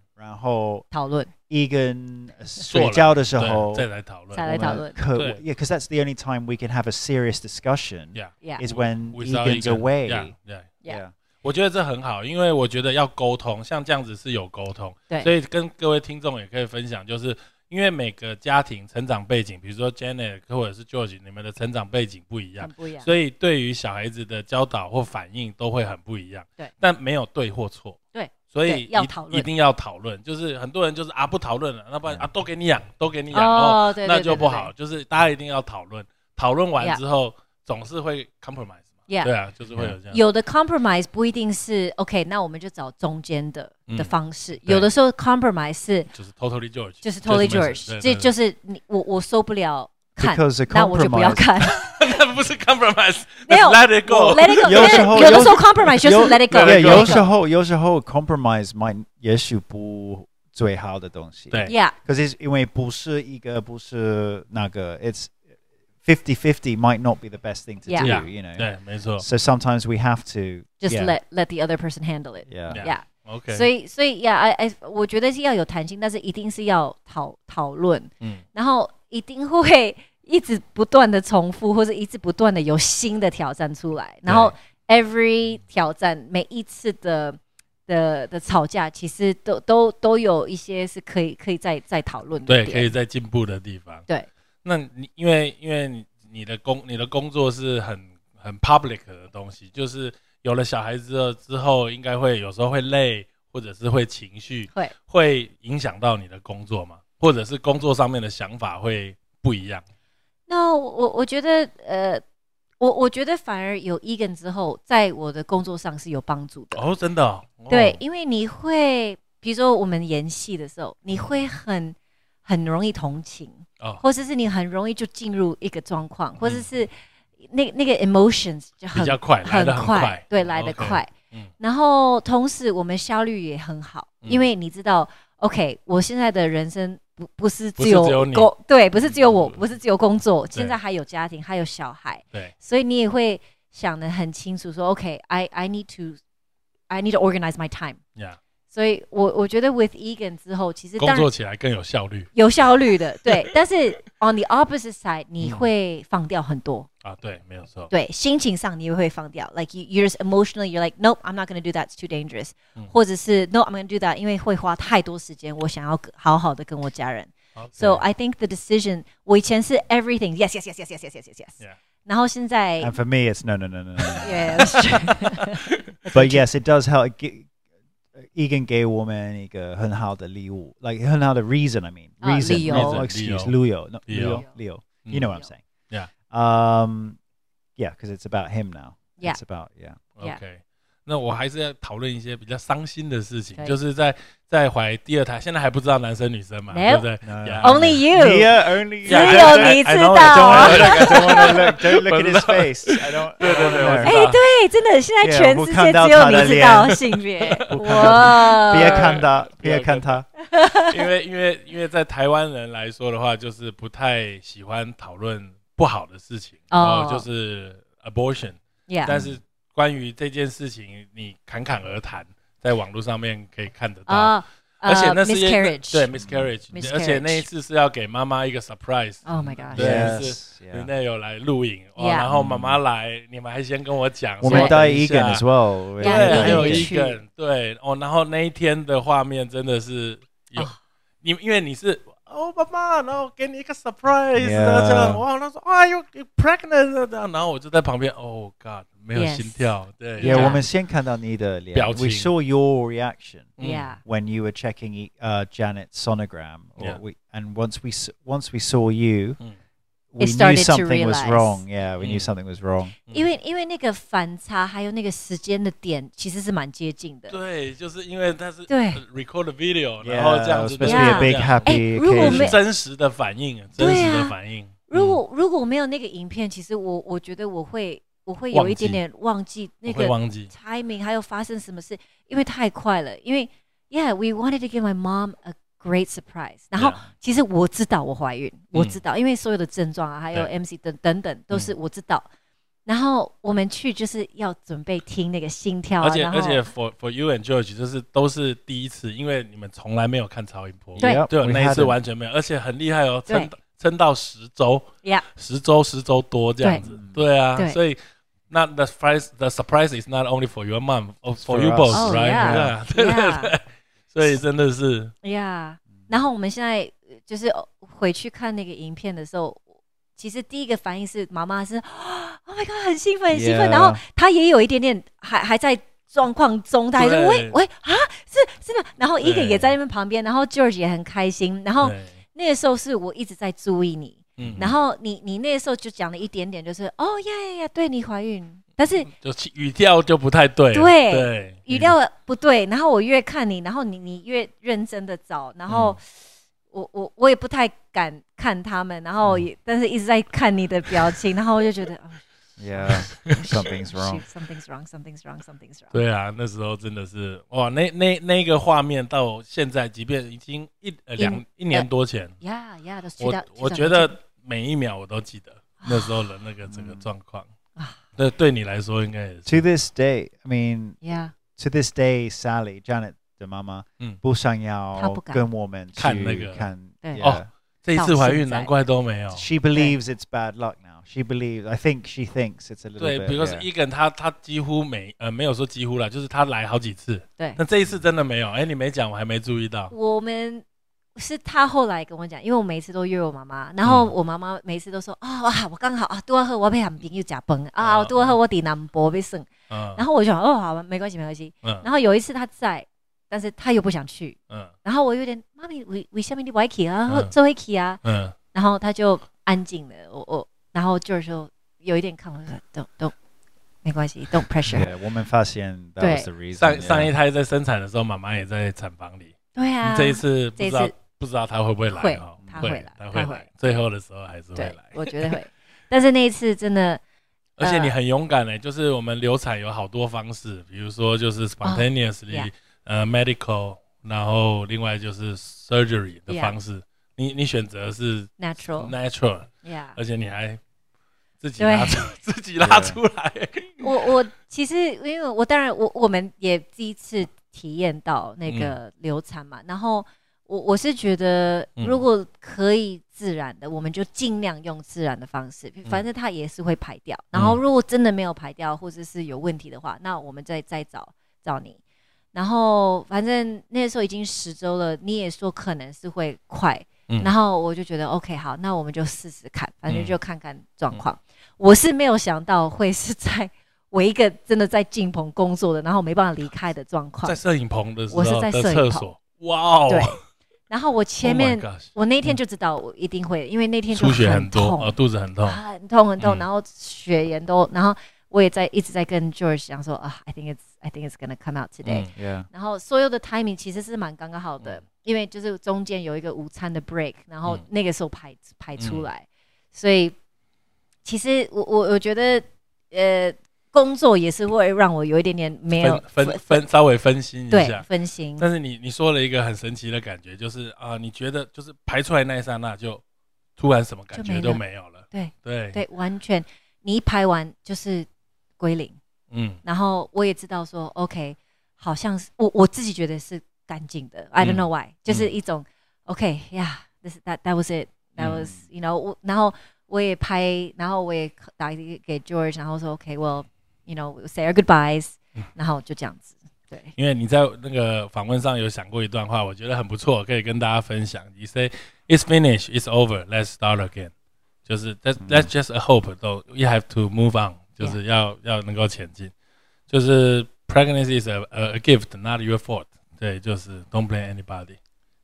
B: 讨论
A: 对再
C: 然后一根睡觉的时候，
A: 来讨论。
B: 再来讨论。
A: 对。
C: yeah, because that's the only time we can have a serious discussion.
A: Yeah.
B: Yeah.
C: Is when
A: Without
C: Egan's
A: Egan,
C: away.
A: Yeah, yeah.
B: Yeah.
A: 我觉得这很好，因为我觉得要沟通，像这样子是有沟通，
B: 对
A: 所以跟各位听众也可以分享，就是因为每个家庭成长背景，比如说 Janet 或者是 George，你们的成长背景不一样
B: 很，不一样。
A: 所以对于小孩子的教导或反应都会很不一样。
B: 对，
A: 但没有对或错。
B: 对，
A: 所
B: 对
A: 以
B: 要
A: 一
B: 讨论
A: 一定要讨论。就是很多人就是啊不讨论了，那不然
C: 嗯
A: 啊都给你养，都给你养，哦，
B: 哦，对，对
A: 那就不好。。就是大家一定要讨论，讨论完
B: Yeah
A: 之后总是会 compromise 嘛。
B: Yeah
A: 对啊，就是会有这样。
B: 有的 compromise 不一定是 OK，那我们就找中间的
A: 嗯
B: 的方式。
A: 对
B: 有的时候 compromise 是
A: 就是 totally George，
B: 就是 totally
A: 没事对
B: George，这
A: 对对
B: 就是你我我受不了看，
C: Because a
B: 那我就不要
C: compromise
B: 看。
A: 那不是 compromise，
B: 没有
A: let's let it go。
B: Let it go，
C: 有时候
B: 但是有的时候 compromise 就是
C: 有
B: let it go。
A: 对
B: let it go
A: 有时
C: Yeah，有时候有时候 compromise 蛮也许不最好的东西。
A: 对
B: Yeah，
C: 可是因为不是一个不是那个，it's fifty fifty might not be the best thing to
B: Yeah.
C: do,
A: Yeah.
C: you know.
A: 对，没错。
C: So sometimes we have to
B: just
C: yeah,
B: let let the other person handle it。
C: yeah.
A: Yeah.
B: Yeah，
A: OK，
B: 所以所以 Yeah，I I 我觉得是要有弹性，但是一定是要讨讨论，
A: 嗯
B: 然后一定会一直不断的重复，或者一直不断的有新的挑战出来，然后 every 挑战每一次的。的的吵架其实都都都有一些是可以可以再再讨论的
A: 对，
B: 点
A: 可以在进步的地方。
B: 对，
A: 那你因为因为你你的工你的工作是很很 public 的东西，就是有了小孩之后之后，应该会有时候会累，或者是会情绪
B: 会
A: 会影响到你的工作嘛，或者是工作上面的想法会不一样。
B: 那我我我觉得，呃，我我觉得反而有 Egan 之后，在我的工作上是有帮助的。
A: 哦，真的、哦，
B: 对
A: 哦，
B: 因为你会，比如说我们演戏的时候，你会很很容易同情，
A: 哦
B: 或者是你很容易就进入一个状况，或者是那那个 emotions 就
A: 嗯比
B: 很
A: 较快，来
B: 很
A: 的快，
B: 对，来得
A: OK，
B: 快。
A: 嗯
B: 然后同时我们效率也很好，
A: 嗯
B: 因为你知道，OK，我现在的人生不不是
A: 不是
B: 只有
A: 只有你
B: 工，对，不是只有我，
A: 嗯
B: 不是只有工作，
A: 对
B: 现在还有家庭，还有小孩，
A: 对，
B: 所以你也会想得很清楚说，OK，I、I need to I need to organize my time。
A: 呀、
B: 所以我我觉得 with Egan 之后，其实
A: 工
B: 当然
A: 作起来更有效率
B: 有效率的， 对，但是 on the opposite side，你
A: 嗯
B: 会放掉很多。
A: 啊，对，没有错，
B: 对，心情上你会放掉，like you you're just emotionally you're like nope I'm not gonna do that it's too dangerous，、
A: 嗯
B: 或者是 no I'm gonna do that，因为会花太多时间，我想要好好的跟我家人。So I think the decision，我以前是 everything yes yes yes yes yes yes yes yes yes，、
A: Yeah.
B: 然后现在
C: And for me, it's no, no, no, no, no, no.
B: yeah that's true.
C: but yes, it does help. Ge- Egan gay woman, like 很好的 reason. I mean,
B: 啊，
C: reason,
B: 理由。
C: no, excuse, 理由, no,
A: 理由。
C: 理由,理由. You know what I'm
B: 嗯。
C: saying?
A: Mm. Yeah.
C: Um, yeah, because it's about him now.
B: Yeah.
C: It's about yeah.
B: Yeah.
A: OK，那我还是要讨论一些比较伤心的事情
B: 可，以
A: 就是在在怀第二胎，现在还不知道男生女生嘛，
B: 没
A: 对
B: 有
A: 不对
C: No.
A: Yeah.
B: only you，
C: Leah, only
A: Yeah, I-
B: 只有
A: I-
B: 你知
A: I know
B: 道。
C: I don't want to look. Don't look at his face. I don't. I don't
A: no,
C: wanna
A: no,
B: 哎、
A: 知道
B: 对，真的，现在
C: Yeah，
B: 全
C: 我
B: 世
C: 看
B: 界
C: 到
B: 只有
C: 他的
B: 你知
C: 脸
B: 道性别。
C: 我看到
B: 哇！
C: 别看他，
A: 对
C: 别看他。
A: 因为因为因为在台湾人来说的话，就是不太喜欢讨论不好的事情，
B: 哦
A: 哦，就是 abortion，
B: Yeah，
A: 但是关于这件事情，你侃侃而谈，在网络上面可以看得到。
B: 啊，
A: 而且那
B: 呃
A: 是一个
B: miscarriage，
A: 对 miscarriage，
B: miscarriage
A: 而且那一次是要给妈妈一个 surprise，
B: ，Oh my gosh，
A: 对
C: Yes.
A: 人
C: Yeah.
A: 类有来录影，哦，
B: Yeah
A: 然后妈妈来，你们还先跟我讲，
C: 我
A: 说
C: 们带
A: 等一下
C: Egan as well.
A: 对，
B: Yeah，
A: 还有
B: Egan
A: 一
B: 去
A: 个对哦，然后那一天的画面真的是有
B: 啊，
A: 你因为你是哦妈妈，然后给你一个 surprise，
C: Yeah
A: 然后这样哇，他说啊 you you pregnant 这样，然后我就在旁边哦 God 没有
B: Yes
A: 心跳，对
C: Yeah,
B: 对
C: 我们先看到你的脸。
A: 表情
C: We saw your reaction
A: 嗯
B: Yeah，
C: when you were checking uh, Janet's sonogram, or
A: Yeah.
C: we, and once we s- once we saw you,
A: 嗯
C: we knew
B: started to
C: something was
B: realize.
C: wrong. Yeah, we knew
A: Mm.
C: something was wrong.
B: 因为因为那个反差还有那个时间的点其实是蛮接近的。
A: 对，就是因为他是
B: 对
A: 呃 record 的 video，
C: Yeah,
A: 然后这
C: it
A: 样
C: was
A: 子
C: supposed
A: 的
C: to be a
B: Yeah.
C: big
A: 这样
C: happy
B: 哎如果
A: 就
C: occasion.
A: 是
B: 没
A: 真实的反应，真实
B: 对
A: 的
B: 啊
A: 反应。
B: 如
A: 嗯
B: 果如果我没有那个影片，其实我我觉得我会我会有一点点忘记那
A: 我会
B: 个
A: 忘记，
B: timing，还有发生什么事，因为太快了。因为 Yeah，we wanted to give my mom a great surprise。然后
A: Yeah 嗯
B: 其实我知道我怀孕，我知道，因为所有的症状啊，还有
A: 对嗯
B: MC 等等等都是我知道。然后我们去就是要准备听那个心跳啊，
A: 而且
B: 然后
A: 而且 for for you and George 就是都是第一次，因为你们从来没有看超音波，
B: 对
C: Yep,
A: 对，
C: we
A: 那一
C: had
A: 次
C: it.
A: 完全没有，而且很厉害哦，
B: 对
A: 撑到撑到十周，
B: Yeah
A: 十周十周多这样子，对啊，
B: 对
A: 所以。Not the surprise. The surprise is not only for your mom, or for
C: for
A: you
C: us.
A: both,
B: Oh,
A: right?
B: yeah.
A: Yeah. 对对
B: Yeah
A: 对，所以真的是
B: 呀
A: 嗯
B: 然后我们现在呃就是呃回去看那个影片的时候，其实第一个反应是妈妈是 ，Oh my god，很兴奋，很兴奋。
C: Yeah
B: 然后她也有一点点还还在状况中，她还说
A: 对
B: 喂喂啊，是是吗？然后一个
A: 对
B: 也在那边旁边，然后 George 也很开心。然后
A: 对
B: 那个时候是我一直在注意你，
A: 嗯
B: 哦然后你你那个时候就讲了一点点，就是哦呀呀呀，对你怀孕，但是
A: 就是语调就不太对了，
B: 对
A: 对，
B: 语料不对，然后我越看你，然后你你越认真的找，然后
A: 嗯
B: 我我我也不太敢看他们，
A: 嗯
B: 然后也、但是一直在看你的表情，然后我就觉得、 哦、
C: Yeah, something's wrong.
B: shoot, something's wrong, something's wrong, something's wrong。
A: 对啊，那时候真的是哇，那那那个画面到现在，即便已经一呃两一年多前，
B: 呀呀，都是
A: 我我觉得每一秒我都记得那时候的那个整个状况
B: 啊。
A: 那对你来说应该也是
C: To this day, I mean,
B: ，Yeah，
C: to this day, Sally, Janet 的妈妈
A: 嗯。
C: 不想要
B: 她不敢。
C: 跟我们
A: 看那个。
C: 去看，
B: 对。
C: yeah.
A: 这一次怀孕
B: 到现在
A: 难怪都没有。
C: She believes it's bad luck now. She believes. I think she thinks it's a little
A: 对
C: bit.
A: ，because
C: yeah.
A: Egan 他他几乎每呃没有说几乎啦，就是他来好几次，
B: 对
A: 那这一次真的没有。哎，你没讲，我还没注意到。
B: 我们。是他后来跟我讲，因为我每一次都约我妈妈，然后
A: 嗯
B: 我妈妈每一次都说啊、哇，我刚好啊，多喝我被喊朋友假崩
A: 啊
B: 啊，多喝我抵南博被剩，
A: 嗯，
B: 然后我就想哦，好吧，没关系，没关系，
A: 嗯
B: 然后有一次他在，但是他又不想去，
A: 嗯
B: 然后我有点妈咪，为为什么你不爱去啊
A: 嗯？
B: 这会去啊？
A: 嗯，
B: 然后他就安静了，我我，然后就是说有一点看我
A: 嗯
B: 说，don't don't，没关系，don't pressure。
C: Yeah, 我们发现 that
B: 对。
C: was the reason.
A: 上
C: yeah.
A: 上一胎在生产的时候，妈妈也在产房里。
B: 对啊，
A: 这一次不知
B: 这
A: 道
B: 一次
A: 不知道他会不会来
B: 会
A: 哦，
B: 他
A: 会
B: 会来
A: 他
B: 他
A: 会
B: 会
A: 来，最后的时候还是会
B: 对
A: 来，。
B: 我觉得会，但是那一次真的
A: 而且
B: 呃
A: 你很勇敢嘞，就是我们流产有好多方式，比如说就是
B: 哦
A: spontaneously，
B: yeah
A: 呃 medical，然后另外就是 surgery 的
B: Yeah
A: 方式。你你选择是
B: natural，
A: natural，
B: yeah。
A: 而且你还自己
B: 哦对
A: 拉出 自己拉出来，
B: 我我其实因为我当然我我们也第一次体验到那
A: 嗯
B: 个流产嘛，然后我我是觉得
A: 嗯
B: 如果可以自然的，我们就尽量用自然的方式，反
A: 嗯
B: 正它也是会排掉。然后如果真的没有排掉或者是有问题的话，那我们再再找找你。然后反正那时候已经十周了，你也说可能是会快，
A: 嗯
B: 然后我就觉得 OK 好，那我们就试试看，反正
A: 嗯
B: 就看看状况。我是没有想到会是在我一个真的在进棚工作的，然后没办法离开的状况
A: 在。摄影棚的时候
B: 我是
A: 的
B: 在摄影
A: 厕
B: 棚
A: 所，哇哦，
B: 对，然后我前
A: Oh my
B: 面、
A: gosh，
B: 我那天就知道我一定会，因为那天就
A: 出血很多，
B: 痛，
A: 哦，肚子很痛，
B: 啊很痛很痛，
A: 嗯
B: 然后血盐都，然后我也在一直在跟 George 讲说啊，I think it's I think it's gonna come out today、
A: 嗯
C: Yeah.
B: 然后所有的 timing 其实是蛮刚刚好的，
A: 嗯
B: 因为就是中间有一个午餐的 break，然后
A: 嗯
B: 那个时候排排出来，所以其实我我我觉得呃，工作也是会让我有一点点没有
A: 分分分稍微分心一
B: 对
A: 下。
B: 分心，
A: 但是你你说了一个很神奇的感觉，就是啊、你觉得就是排出来那一刹那，就突然什么感觉
B: 就
A: 都
B: 没
A: 没有了。
B: 对
A: 对
B: 对，完全你一拍完就是归零。
A: 嗯
B: 然后我也知道说，OK，好像是我我自己觉得是干净的，I don't know
A: 嗯
B: why，、就是一种 OK 呀、yeah,，this that that was it that
A: 嗯
B: was、you know，我然后我也拍，然后我也打给 George，然后说 OK，well、you know say our goodbyes，、
A: 嗯
B: 然后就这样子，对，
A: 因为你在那个访问上有想过一段话，我觉得很不错，可以跟大家分享。You say it's finished, it's over, let's start again，就是 that
C: Mm.
A: that's just a hope, though you have to move on，就是要要能够前进。就是 pregnancy is a a a gift, not your fault。对，就是 don't blame anybody。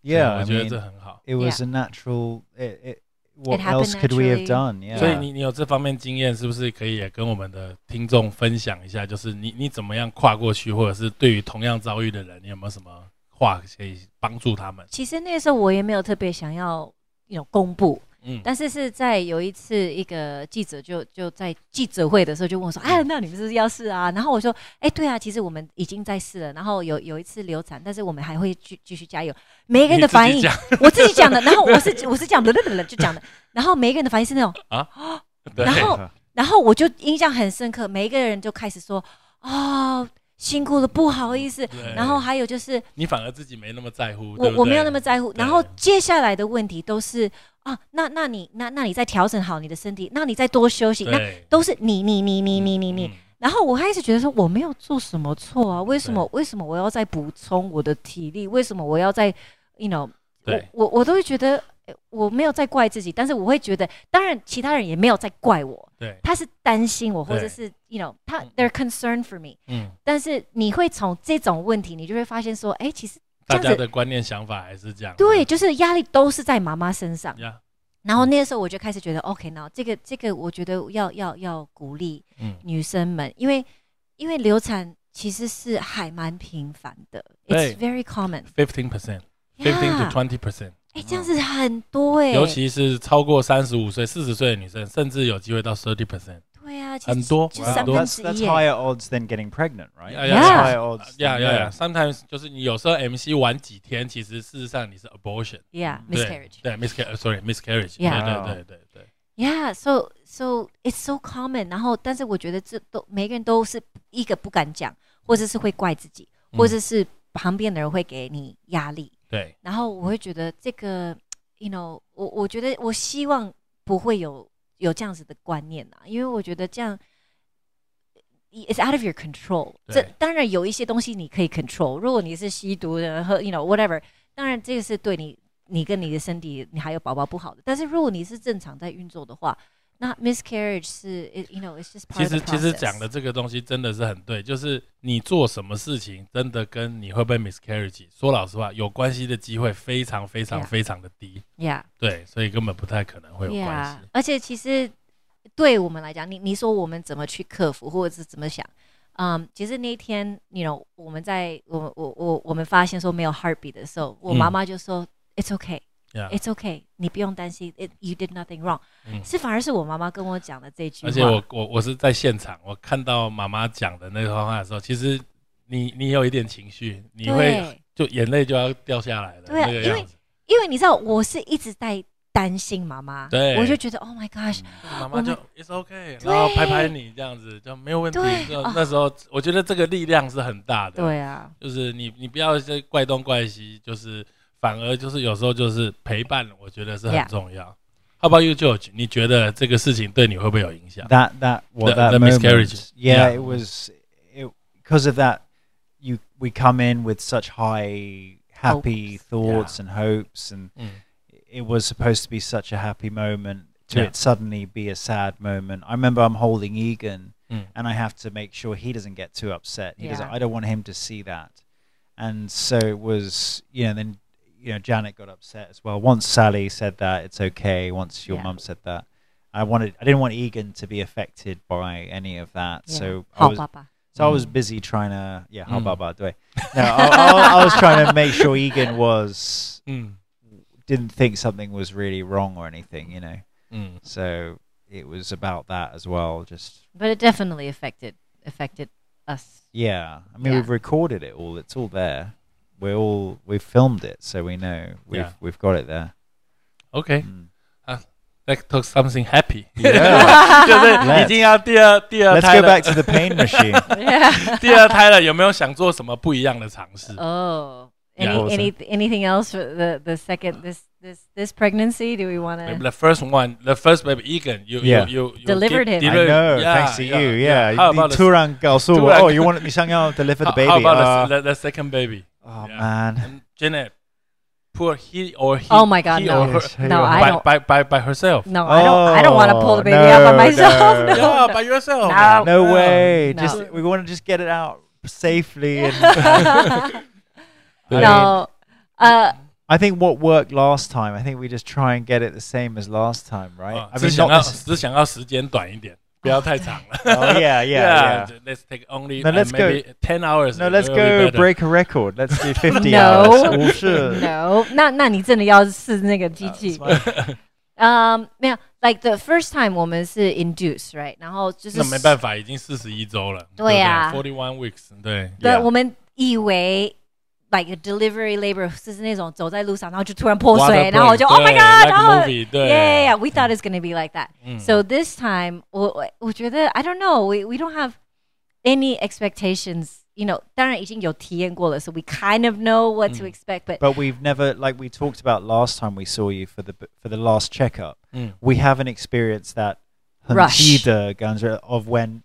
C: Yeah,
A: 我
C: I
A: 觉得这
C: mean,
A: 很好。
C: it was a natural. It, it, what
B: happened
C: else could we have
B: naturally.
C: done? Yeah.
A: 所以你你有这方面经验，是不是可以也跟我们的听众分享一下？就是你你怎么样跨过去，或者是对于同样遭遇的人，你有没有什么话可以帮助他们？
B: 其实那时候我也没有特别想要有 you know, 公布，
A: 嗯，
B: 但是是在有一次一个记者就就在记者会的时候就
A: 嗯
B: 问我说：“哎，那你们是不是要试啊？”然后我说：“哎，对啊，其实我们已经在试了。然后有有一次流产，但是我们还会继继续加油。”每一个人的 反
A: 你自己
B: 应，
A: 讲
B: 我自己讲的，然后我是我是讲的， 就讲的，然后每一个人的反应是那种，
A: 对
B: 然后然后我就印象很深刻，每一个人就开始说：“哦，辛苦了，不好意思。”
A: 对
B: 然后还有就是
A: 你反而自己没那么在乎，哎对
B: 我
A: 不对
B: 我没有那么在乎。
A: 对
B: 然后接下来的问题都是啊，那那你那那你再调整好你的身体，那你再多休息，那
A: 对
B: 都是你你你你你你你。
A: 嗯
B: 然后我开始觉得说我没有做什么错啊，为什么为什么我要再补充我的体力？为什么我要再，you know，我
A: 对
B: 我我都会觉得呃我没有在怪自己，但是我会觉得，当然其他人也没有在怪我，
A: 对，
B: 他是担心我，或者
A: 对
B: 是 you know，他
A: 嗯
B: they're concerned for me。
A: 嗯，
B: 但是你会从这种问题，你就会发现说，哎，其实
A: 大
B: 这样子
A: 家的观念想法还是这样，嗯
B: 对，就是压力都是在妈妈身上。
A: 呀，
B: 然后那个时候我就开始觉得，OK，那这个这个，我觉得要要要鼓励
A: 嗯，
B: 女生们，因为因为流产其实是还蛮频繁的
A: 对
B: ，It's very common。
A: fifteen percent。Fifteen to
B: Yeah，
A: twenty percent，
B: 哎，这样子很多哎，
A: 尤其是超过三十五岁、四十岁的女生，甚至有机会到 thirty percent，
B: 对啊，其实
A: 很多，
B: 就
A: 很
B: 三
A: 多
B: 分
C: that's
B: 之
C: that's
B: 一耶
C: higher odds than getting pregnant, right?
A: Yeah,
B: yeah,
C: That's
B: yeah.
C: higher odds. than-
A: 呀呀呀！Sometimes 就是你有时候 MC 晚几天，其实事实上你是 abortion，对
B: ，Yeah，miscarriage。
A: 对 miscarriage，sorry miscarriage，对
B: Yeah
A: 对对对对
B: Yeah, so so it's so common. 然后，但是我觉得这都每个人都是一个不敢讲，或者是会怪自己，
A: 嗯
B: 或者是旁边的人会给你压力。
A: 对，
B: 然后我会觉得这个，you know，我我觉得我希望不会有有这样子的观念啊，因为我觉得这样，it's out of your control。
A: 对
B: 这当然有一些东西你可以 control，如果你是吸毒的，喝 you know whatever，当然这个是对你你跟你的身体，你还有宝宝不好的。但是如果你是正常在运作的话，那 miscarriage 是 it- you know it's just part
A: 其
B: of the
A: 实
B: process。
A: 其实讲的这个东西真的是很对，就是你做什么事情，真的跟你会不会 miscarriage，说老实话，有关系的机会非常非常
B: Yeah
A: 非常的低，
B: ，yeah。
A: 对，所以根本不太可能会有
B: Yeah，
A: 关系。
B: 而且其实对我们来讲，你你说我们怎么去克服，或者是怎么想？嗯，其实那一天，you know，我们在我我我我们发现说没有 heartbeat 的时候，我
A: 嗯
B: 妈妈就说、It's okay,
A: Yeah，
B: It's okay，你不用担心，It you did nothing wrong、
A: 嗯
B: 是反而是我妈妈跟我讲的这句话。
A: 而且我我我是在现场，我看到妈妈讲的那段话的时候，其实你你有一点情绪，你会
B: 对，
A: 就眼泪就要掉下来了，
B: 对啊
A: 那个
B: 因为
A: 样子。
B: 因为你知道我是一直在担心妈妈，
A: 对嗯
B: 我就觉得 Oh my gosh，
A: 妈妈就 it's okay，
B: 对
A: 然后拍拍你这样子就没有问题。
B: 对
A: 就
B: 哦
A: 那时候我觉得这个力量是很大的。
B: 对啊，
A: 就是你你不要再怪东怪西，就是反而就是有时候就是陪伴，我觉得是很
B: Yeah
A: 重要。How about you, George？你觉得这个事情对你会不会有影响？
C: That that well,
A: The-
C: that
A: the
C: moment,
A: miscarriage.
C: Yeah,
A: Yeah.
C: it was because of that. You we come in with such high happy
B: Hopes.
C: thoughts and hopes, and
A: 嗯，
C: it was supposed to be such a happy moment to
A: Yeah.
C: it suddenly be a sad moment. I remember I'm holding Egan
A: Mm.
C: and I have to make sure he doesn't get too upset. He doesn't
B: Yeah.
C: I don't want him to see that. And so it was you know, then you know, Janet got upset as well. Once Sally said that, it's okay, once your
B: Yeah.
C: mum said that. I wanted I didn't want Egan to be affected by any of that. So I
B: 好
C: was
B: 爸爸，
C: so I was
A: Mm.
C: busy trying to yeah, how
A: Mm.
C: about that? Do I? No, I, I, I was trying to make sure Egan was
A: 嗯
C: didn't think something was really wrong or anything, you know.
A: 嗯
C: So it was about that as well. Just
B: But it definitely affected affected us.
C: Yeah, I mean
B: Yeah.
C: we've recorded it all. It's all there. We're all we've filmed it, so we know we've
A: Yeah.
C: we've got it there.
A: OK，
C: Mm.
A: Let's talk Ah, something happy。
C: Yeah.
A: 就是已经要第二第二
C: Let's
A: 胎
C: go
A: 了
C: back，to the pain machine.
B: Yeah.
A: 第二胎了，有没有想做什么不一样的尝试？
B: Oh.
A: Yeah,
B: Any,
C: awesome.
B: any anything else for the the second this this this pregnancy? Do we want
A: Maybe the
B: to?
A: first one, the first baby Egan, you
C: Yeah.
A: you, you you
B: Delivered
A: did-
B: him.
C: I
A: delivered-
C: know,
A: yeah,
C: thanks to you. Yeah,
A: How about the,
C: Turan Galsul.
A: Turang-
C: Oh, you want me to deliver the
A: how-
C: baby?
A: How about the-
C: Uh,
A: the, the second baby?
C: oh
A: yeah.
C: man,
A: And Janet, poor he or he.
B: Oh my God,
A: he
B: no.
A: or her,
C: Yes,
B: No,
C: yeah.
B: I
A: by,
B: don't.
A: by by by herself.
B: No, I don't. I don't want to pull the
C: Oh,
B: baby out by
C: no,
B: myself. No,
C: no.
A: yeah,
B: no.
A: by yourself.
B: No.
C: no
A: Yeah.
C: way.
B: No.
C: Just we want to just get it out safely. And I mean,
B: no. Uh,
C: I think what worked last time. I think we just try and get it the same as last time, right?
A: 啊
C: I
A: Oh, 只
C: mean,
A: 想要
C: not this,
A: 只想要时间短一点，不要太长了。
C: oh yeah, yeah, yeah.
A: Let's take only
C: No,
A: uh,
C: let's go-
A: maybe ten hours.
C: No,
A: it
C: let's
A: will be
C: go
A: better.
C: break a record. Let's do 50
B: No.
C: hours. Oh, sure.
B: no. 那那你真的要试那个机器？ 嗯，没有。Like the first time 我们是 induce right，然后就是
A: 那没办法，已经四十一周了。
B: 对啊
A: ，forty one weeks，对。
B: 对
C: Yeah.
B: 我们以为 like a delivery labor 就是那种走在路上，然后就突然泼
A: Water
B: 水，然后我就
A: break，
B: Oh my
A: 对
B: God，
A: like
B: 然后
A: movie，对
B: Yeah, yeah, yeah, we thought it's gonna be like that.
A: 嗯
B: So this time 我我我觉得 I don't know we we don't have any expectations. You know，当然已经有体验过了，so we kind of know what to
A: 嗯
B: expect. But
C: But we've never, like we talked about last time we saw you for the for the last checkup,
A: Mm.
C: we haven't experienced that
B: Rush.
C: Hunchida Ganzer of when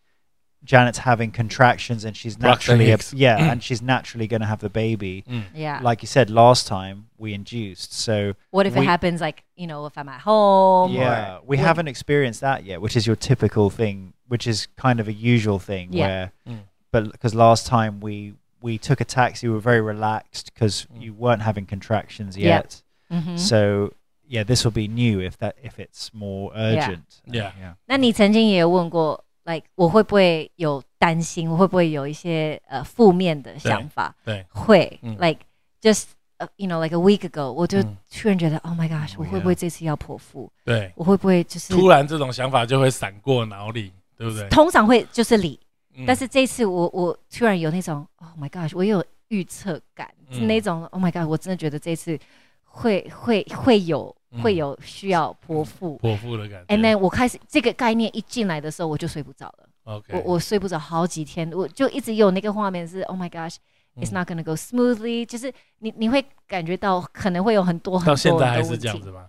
C: Janet's having contractions and she's
A: Rock the
C: naturally, a,
A: Hicks.
C: yeah, and she's naturally going to have the baby.
B: yeah,
C: Like you said last time, we induced. So
B: what if
C: we-
B: it happens like you know if I'm at home?
C: yeah,
B: or
C: we
B: when-
C: haven't experienced that yet, which is your typical thing, which is kind of a usual thing
B: Yeah.
C: where,
A: Mm.
C: but because last time we we took a taxi, we were very relaxed because
A: Mm.
C: you weren't having contractions
B: Yeah.
C: yet.
B: Mhm.
C: So yeah, this will be new if that if it's more urgent.
A: Yeah.
C: yeah.
B: 那你曾经也有问过，like 我会不会有担心，我会不会有一些呃负面的想法？
A: 对
B: 会、
A: 嗯
B: l i k e just、uh, you know like a week ago，我就
A: 嗯
B: 突然觉得、Oh my gosh，我会不会这次要剖腹？
A: 对，
B: 我会不会就是
A: 突然这种想法就会闪过脑里，对不对？
B: 通常会就是理，
A: 嗯
B: 但是这次我我突然有那种 Oh my gosh，我有预测感，是
A: 嗯
B: 那种 Oh my god，我真的觉得这次会会会有
A: 嗯
B: 会有需要剖腹。
A: 泼妇的感觉。
B: And then 我开始这个概念一进来的时候，我就睡不着了。
A: OK，
B: 我我睡不着好几天，我就一直有那个画面是 Oh my gosh，it's
A: 嗯
B: not gonna go smoothly，、就是你你会感觉到可能会有很多很 多
A: 到现在还
B: 很多
A: 是
B: 问
A: 这样
B: 题
A: 子吗？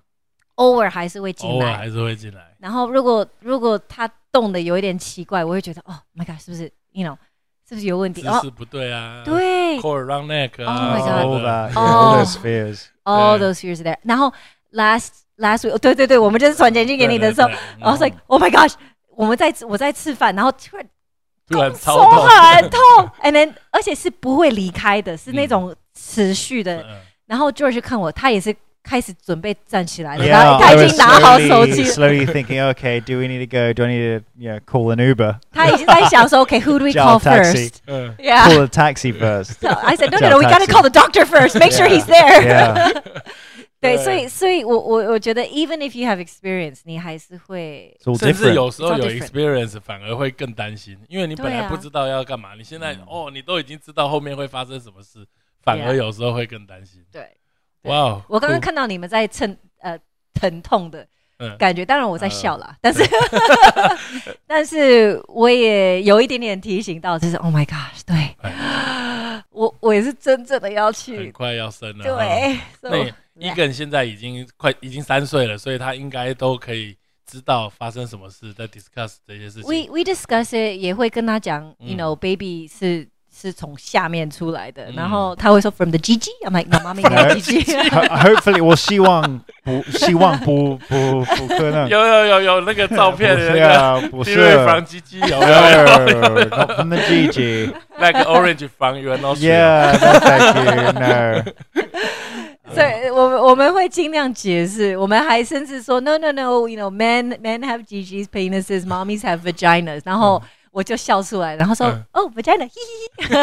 B: 偶尔还是会进
A: 偶尔
B: 来。
A: 还是会进来。
B: 然后如果如果它动的有一点奇怪，我会觉得哦 my god，是不是 you know 是不是有问题？
A: 姿
B: 哦
A: 势，不对啊，
B: 对
A: ，core around neck 啊
B: Oh my god.
A: ，all that
C: all that, yeah, all
B: Oh.
C: those fears.
B: ，all
A: 对
B: those years there。然后 last last week，对对哦对，我们就是传简讯给你的时候
A: 对，嗯对对
B: 然后 like oh my gosh，我们在我在吃饭，然后突然
A: 突然超
B: 手
A: 痛，
B: 很痛，and then 而且是不会离开的，是那种持续的。
A: 嗯
B: 然后 George 看我，他也是开始准备站起来了，然后
C: Yeah, I
B: 他已
C: was
B: 经拿好手
C: slowly,
B: 机了，
C: slowly thinking, okay, do we need to go? Do I need to you know, call an Uber?
B: 他已经在想说，OK，who、do we call
C: Dial taxi.
B: first？
A: 嗯
B: Yeah.
C: Call a taxi first.
B: So I said, no, no,
C: Dial
B: no, we gotta
C: taxi.
B: call the doctor first. Make sure he's there.
C: yeah.
B: 对，
A: 对
B: 所以，所以我我我觉得，even if you have experience，你还是会
C: It's all
A: 甚至
C: different. 啊
A: 有时候
B: It's
A: 有
B: all
A: experience 反而会更担心，因为你本
B: 对
A: 来
B: 啊
A: 不知道要干嘛，你现在
C: 嗯
A: 哦，你都已经知道后面会发生什么事，反而
B: Yeah
A: 有时候会更担心。
B: 对。对
A: 哇哦，
B: 我刚刚
A: 酷，
B: 看到你们在蹭呃疼痛的
A: 嗯
B: 感觉，当然我在笑啦，但是但是我也有一点点提醒到，就是 Oh my gosh，对我我也是真正的要
A: 很
B: 去
A: 快要生了。 哈，
B: 对，所以
A: 那伊根现在已经快已经三岁了，所以他应该都可以知道发生什么事，在 discuss 这些事
B: we
A: 情。
B: we discuss it，也会跟他讲、
A: 嗯
B: y o u know baby 是。是从下面出来的，
A: 嗯哎
B: 然后他会说 from the GG，I'm like no，妈咪应该 GG，
C: Ho- Hopefully, well, she won. She won. Bu, bu, bu,
A: 有有有有那个照片，
C: 啊
A: 那个迪瑞防鸡鸡 有没有
C: No, not from the Gigi.
A: ？Like orange 防原哦。
C: Yeah, no, thank you.
B: 所以 我们我们会尽量解释，我们还甚至说 no no no，you know，men men have GGs penises，mommies have vaginas，然后我就笑出来，然后说
A: 嗯
B: 哦 vagina，嘿嘿
C: No.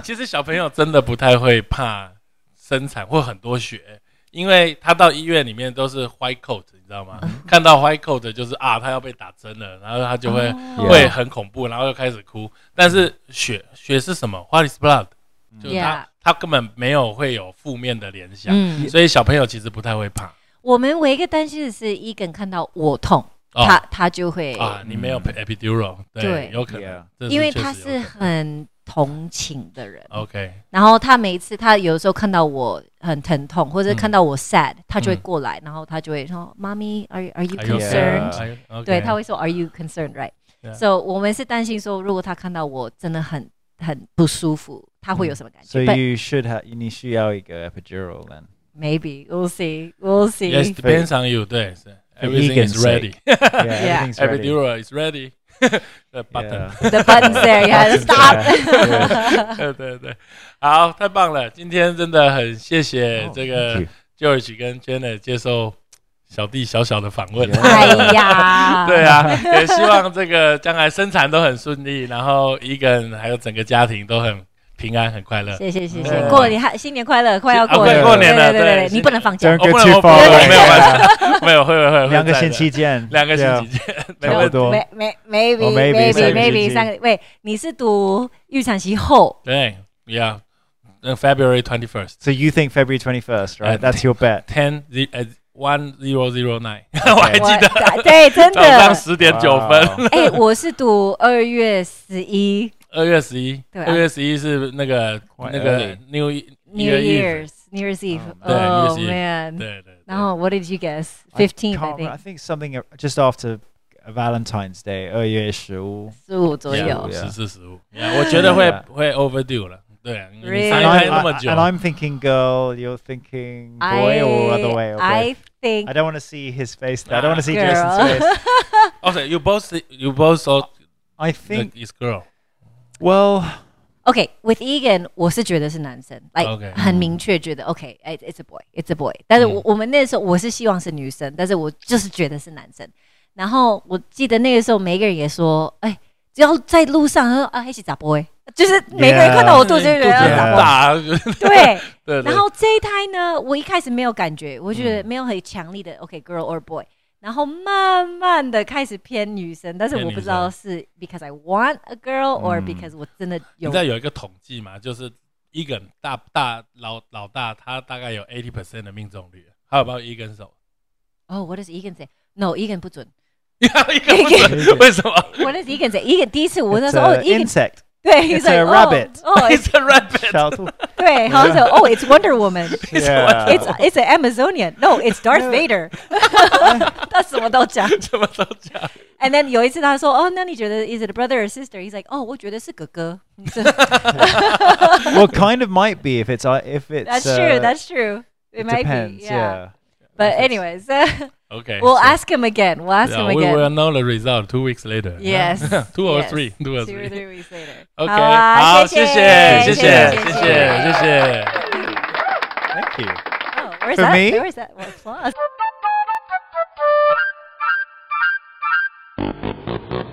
A: 其实小朋友真的不太会怕生产或很多血，因为他到医院里面都是 white coat，你知知道吗？
B: 嗯
A: 看到 white coat 就是啊，他要被打针了，然后他就会、
B: 哦
A: 会很恐怖，然后又开始哭。但是血血是什么？What is blood？就是他
B: Yeah
A: 他根本没有会有负面的联想，
B: 嗯，
A: 所以小朋友其实不太会怕
B: 我们唯一一个担心的是，伊梗看到我痛，
A: 哦
B: 他他就会，
A: 啊，你没有 epidural，对
B: 对，
A: 有可能
C: Yeah，
A: 这
B: 因为
A: 确实
B: 他
A: 有
B: 是
A: 可能
B: 很同情的人。
A: OK，
B: 然后他每一次，他有时候看到我很疼痛，或者看到我 sad，、他就会过来，然后他就会说：“妈咪，are you- are you
A: Are you
B: concerned？”
A: okay？Are you- okay
B: 对，他会说 “Are you concerned?” Right？
A: Yeah.
B: So 我们是担心说，如果他看到我真的很很不舒服，他会有什么感
C: So
B: 觉？But
C: you should have. You need to go epidural then.
B: maybe we'll see, we'll see.
A: Yes, depends on you. 对，是 everything
C: Egan's
A: is ready.
C: Yeah,
B: Yeah.
C: everything's ready.
A: Epidural is ready. The button.
C: Yeah.
B: The buttons there, yeah.
C: Button's
B: Stop.
C: there. Yeah.
A: 对对对，好，太棒了！今天真的很谢谢
C: Oh,
A: 这
C: thank
A: 个
C: you.
A: George 跟 Janet 接受小弟小小的访问。
C: Yeah.
B: 哎呀，
A: 对啊，也希望这个将来生产都很顺利，然后一个人还有整个家庭都很平安、很快乐。
B: 谢谢谢
A: 嗯
B: 谢，过年还新年快乐，快要
A: 啊
B: 过
A: 快
B: 了
C: 过
A: 年了
B: 对
A: 对
B: 对
A: 新
B: 对对，你不能放假
C: Don't，
A: 我
C: go
A: 不能
C: too
A: 我不能
C: far
A: 我没有
C: away.
A: 晚上，没有会会会会
C: 两个
A: 在的
C: 星期见，
A: 两个星
C: Yeah.
A: 期见，没
C: 差
A: 问题。
C: 不多
B: may may maybe
C: Oh, maybe
B: maybe
A: 三个
B: maybe
C: 星期
B: 三个，喂，你是读预产期后，
A: 对，Yeah，呃 February twenty first。
C: So you think February 21st,
A: I
C: right? That's your bet.
A: ten z one zero zero nine，我 还记得
B: 我对，真
A: 早上
B: 的，
A: 十点九分，
C: Wow.
B: 哎，我是读二月十一
A: 二月十一，
B: 对啊
A: 二月十一是那个
C: Quite
A: 那个
C: early
A: New
B: New
A: Year Eve，
B: Year's New Year's Eve，
A: 对，New Year's
B: oh
A: Eve
B: man，
A: 对对对，
B: 然后 What did you guess?
C: I
B: Fifteen, I
C: can't remember. I
B: think，
C: think something uh, just after Valentine's Day, Oh, 二月十五。
B: 十五左右
C: Yeah.。
A: 十四十五，Yeah，我觉得会
C: Yeah.
A: 会 overdue 了，对，啊你
B: Really?
A: 三
C: And,
A: 开
C: I'm,
A: 那么
C: I, 啊
A: 久
C: and I'm thinking girl, you're thinking boy,
A: oh,
C: or other
B: I
C: way. Or both.
B: I think
C: I don't want to see his face. I don't want to see
B: Girl.
C: Jason's face.
A: ，OK，you both you both are
C: I think,
A: is girl，
C: well,
B: OK with Egan，我是觉得是男生，like
A: OK
B: 很明确觉得 OK，哎，it's a boy，it's a boy。但是我、
A: 嗯
B: 我们那时候我是希望是女生，但是我就是觉得是男生。然后我记得那个时候每一个人也说，哎，只要在路上他说啊，一起咋 boy，就是每哦个人
C: Yeah
B: 看到我肚
A: 肚
B: 子
A: 子
B: 就觉得
A: 很
B: 要咋
C: Yeah
B: 波。
A: 大，啊
B: 对。
A: 对，对
B: 然后这一胎呢，我一开始没有感觉，我觉得没有很强力的 OK girl or boy，然后慢慢的开始偏女生，但是
A: 偏
B: 我
A: 女
B: 不知道是 because I want a girl or
C: 嗯
B: because 我真的
A: 你
B: 有
A: 知道有一个统计嘛，就是一个人大大老老大，他大概有 eighty percent 的命中率，还有包括一根手，
B: 哦，What Oh, does Egan say？No, Egan 不准。
A: 一根不准，为什么
B: What does Egan say？Egan 第一次我那
C: it's
B: 时候哦
C: an
B: ，Egan
C: insect.
B: 对，he's
C: it's a
B: like，哦
C: rabbit.
B: 哦
A: ？It's
B: ，it's-
A: a rabbit。
C: Shall-
B: 对，然后说哦，it's Wonder Woman。
C: yeah.
B: It's it's an Amazonian. No, it's Darth Vader. 他什么都讲。
A: 什么都讲，
B: And then 有一次他说，哦，那你觉得 is it a brother or sister? He's like，哦，我觉得是哥 哥。
C: well, kind of might be if it's uh, if it's.
B: That's
C: uh,
B: true. That's true. It,
C: it
B: might
C: depends.
B: be. Yeah. But anyways, uh,
A: OK，
B: we'll
A: so-
B: ask him again. We'll ask
A: Yeah,
B: him
A: we
B: again.
A: will know the result two weeks later.
B: Yes.
A: two or
B: yes.
A: three, two or
B: Two or
A: three.
B: three Ah, weeks later.
A: OK，
B: 好啊，
A: 好，谢
B: 谢谢，
A: 谢，谢谢，
B: 谢
A: 谢谢，
B: 谢，
A: 谢
B: 谢谢。
A: 谢。
C: Thank you.
B: Oh, where's
C: For
B: that?
C: me?
B: Where's that? Well, applause.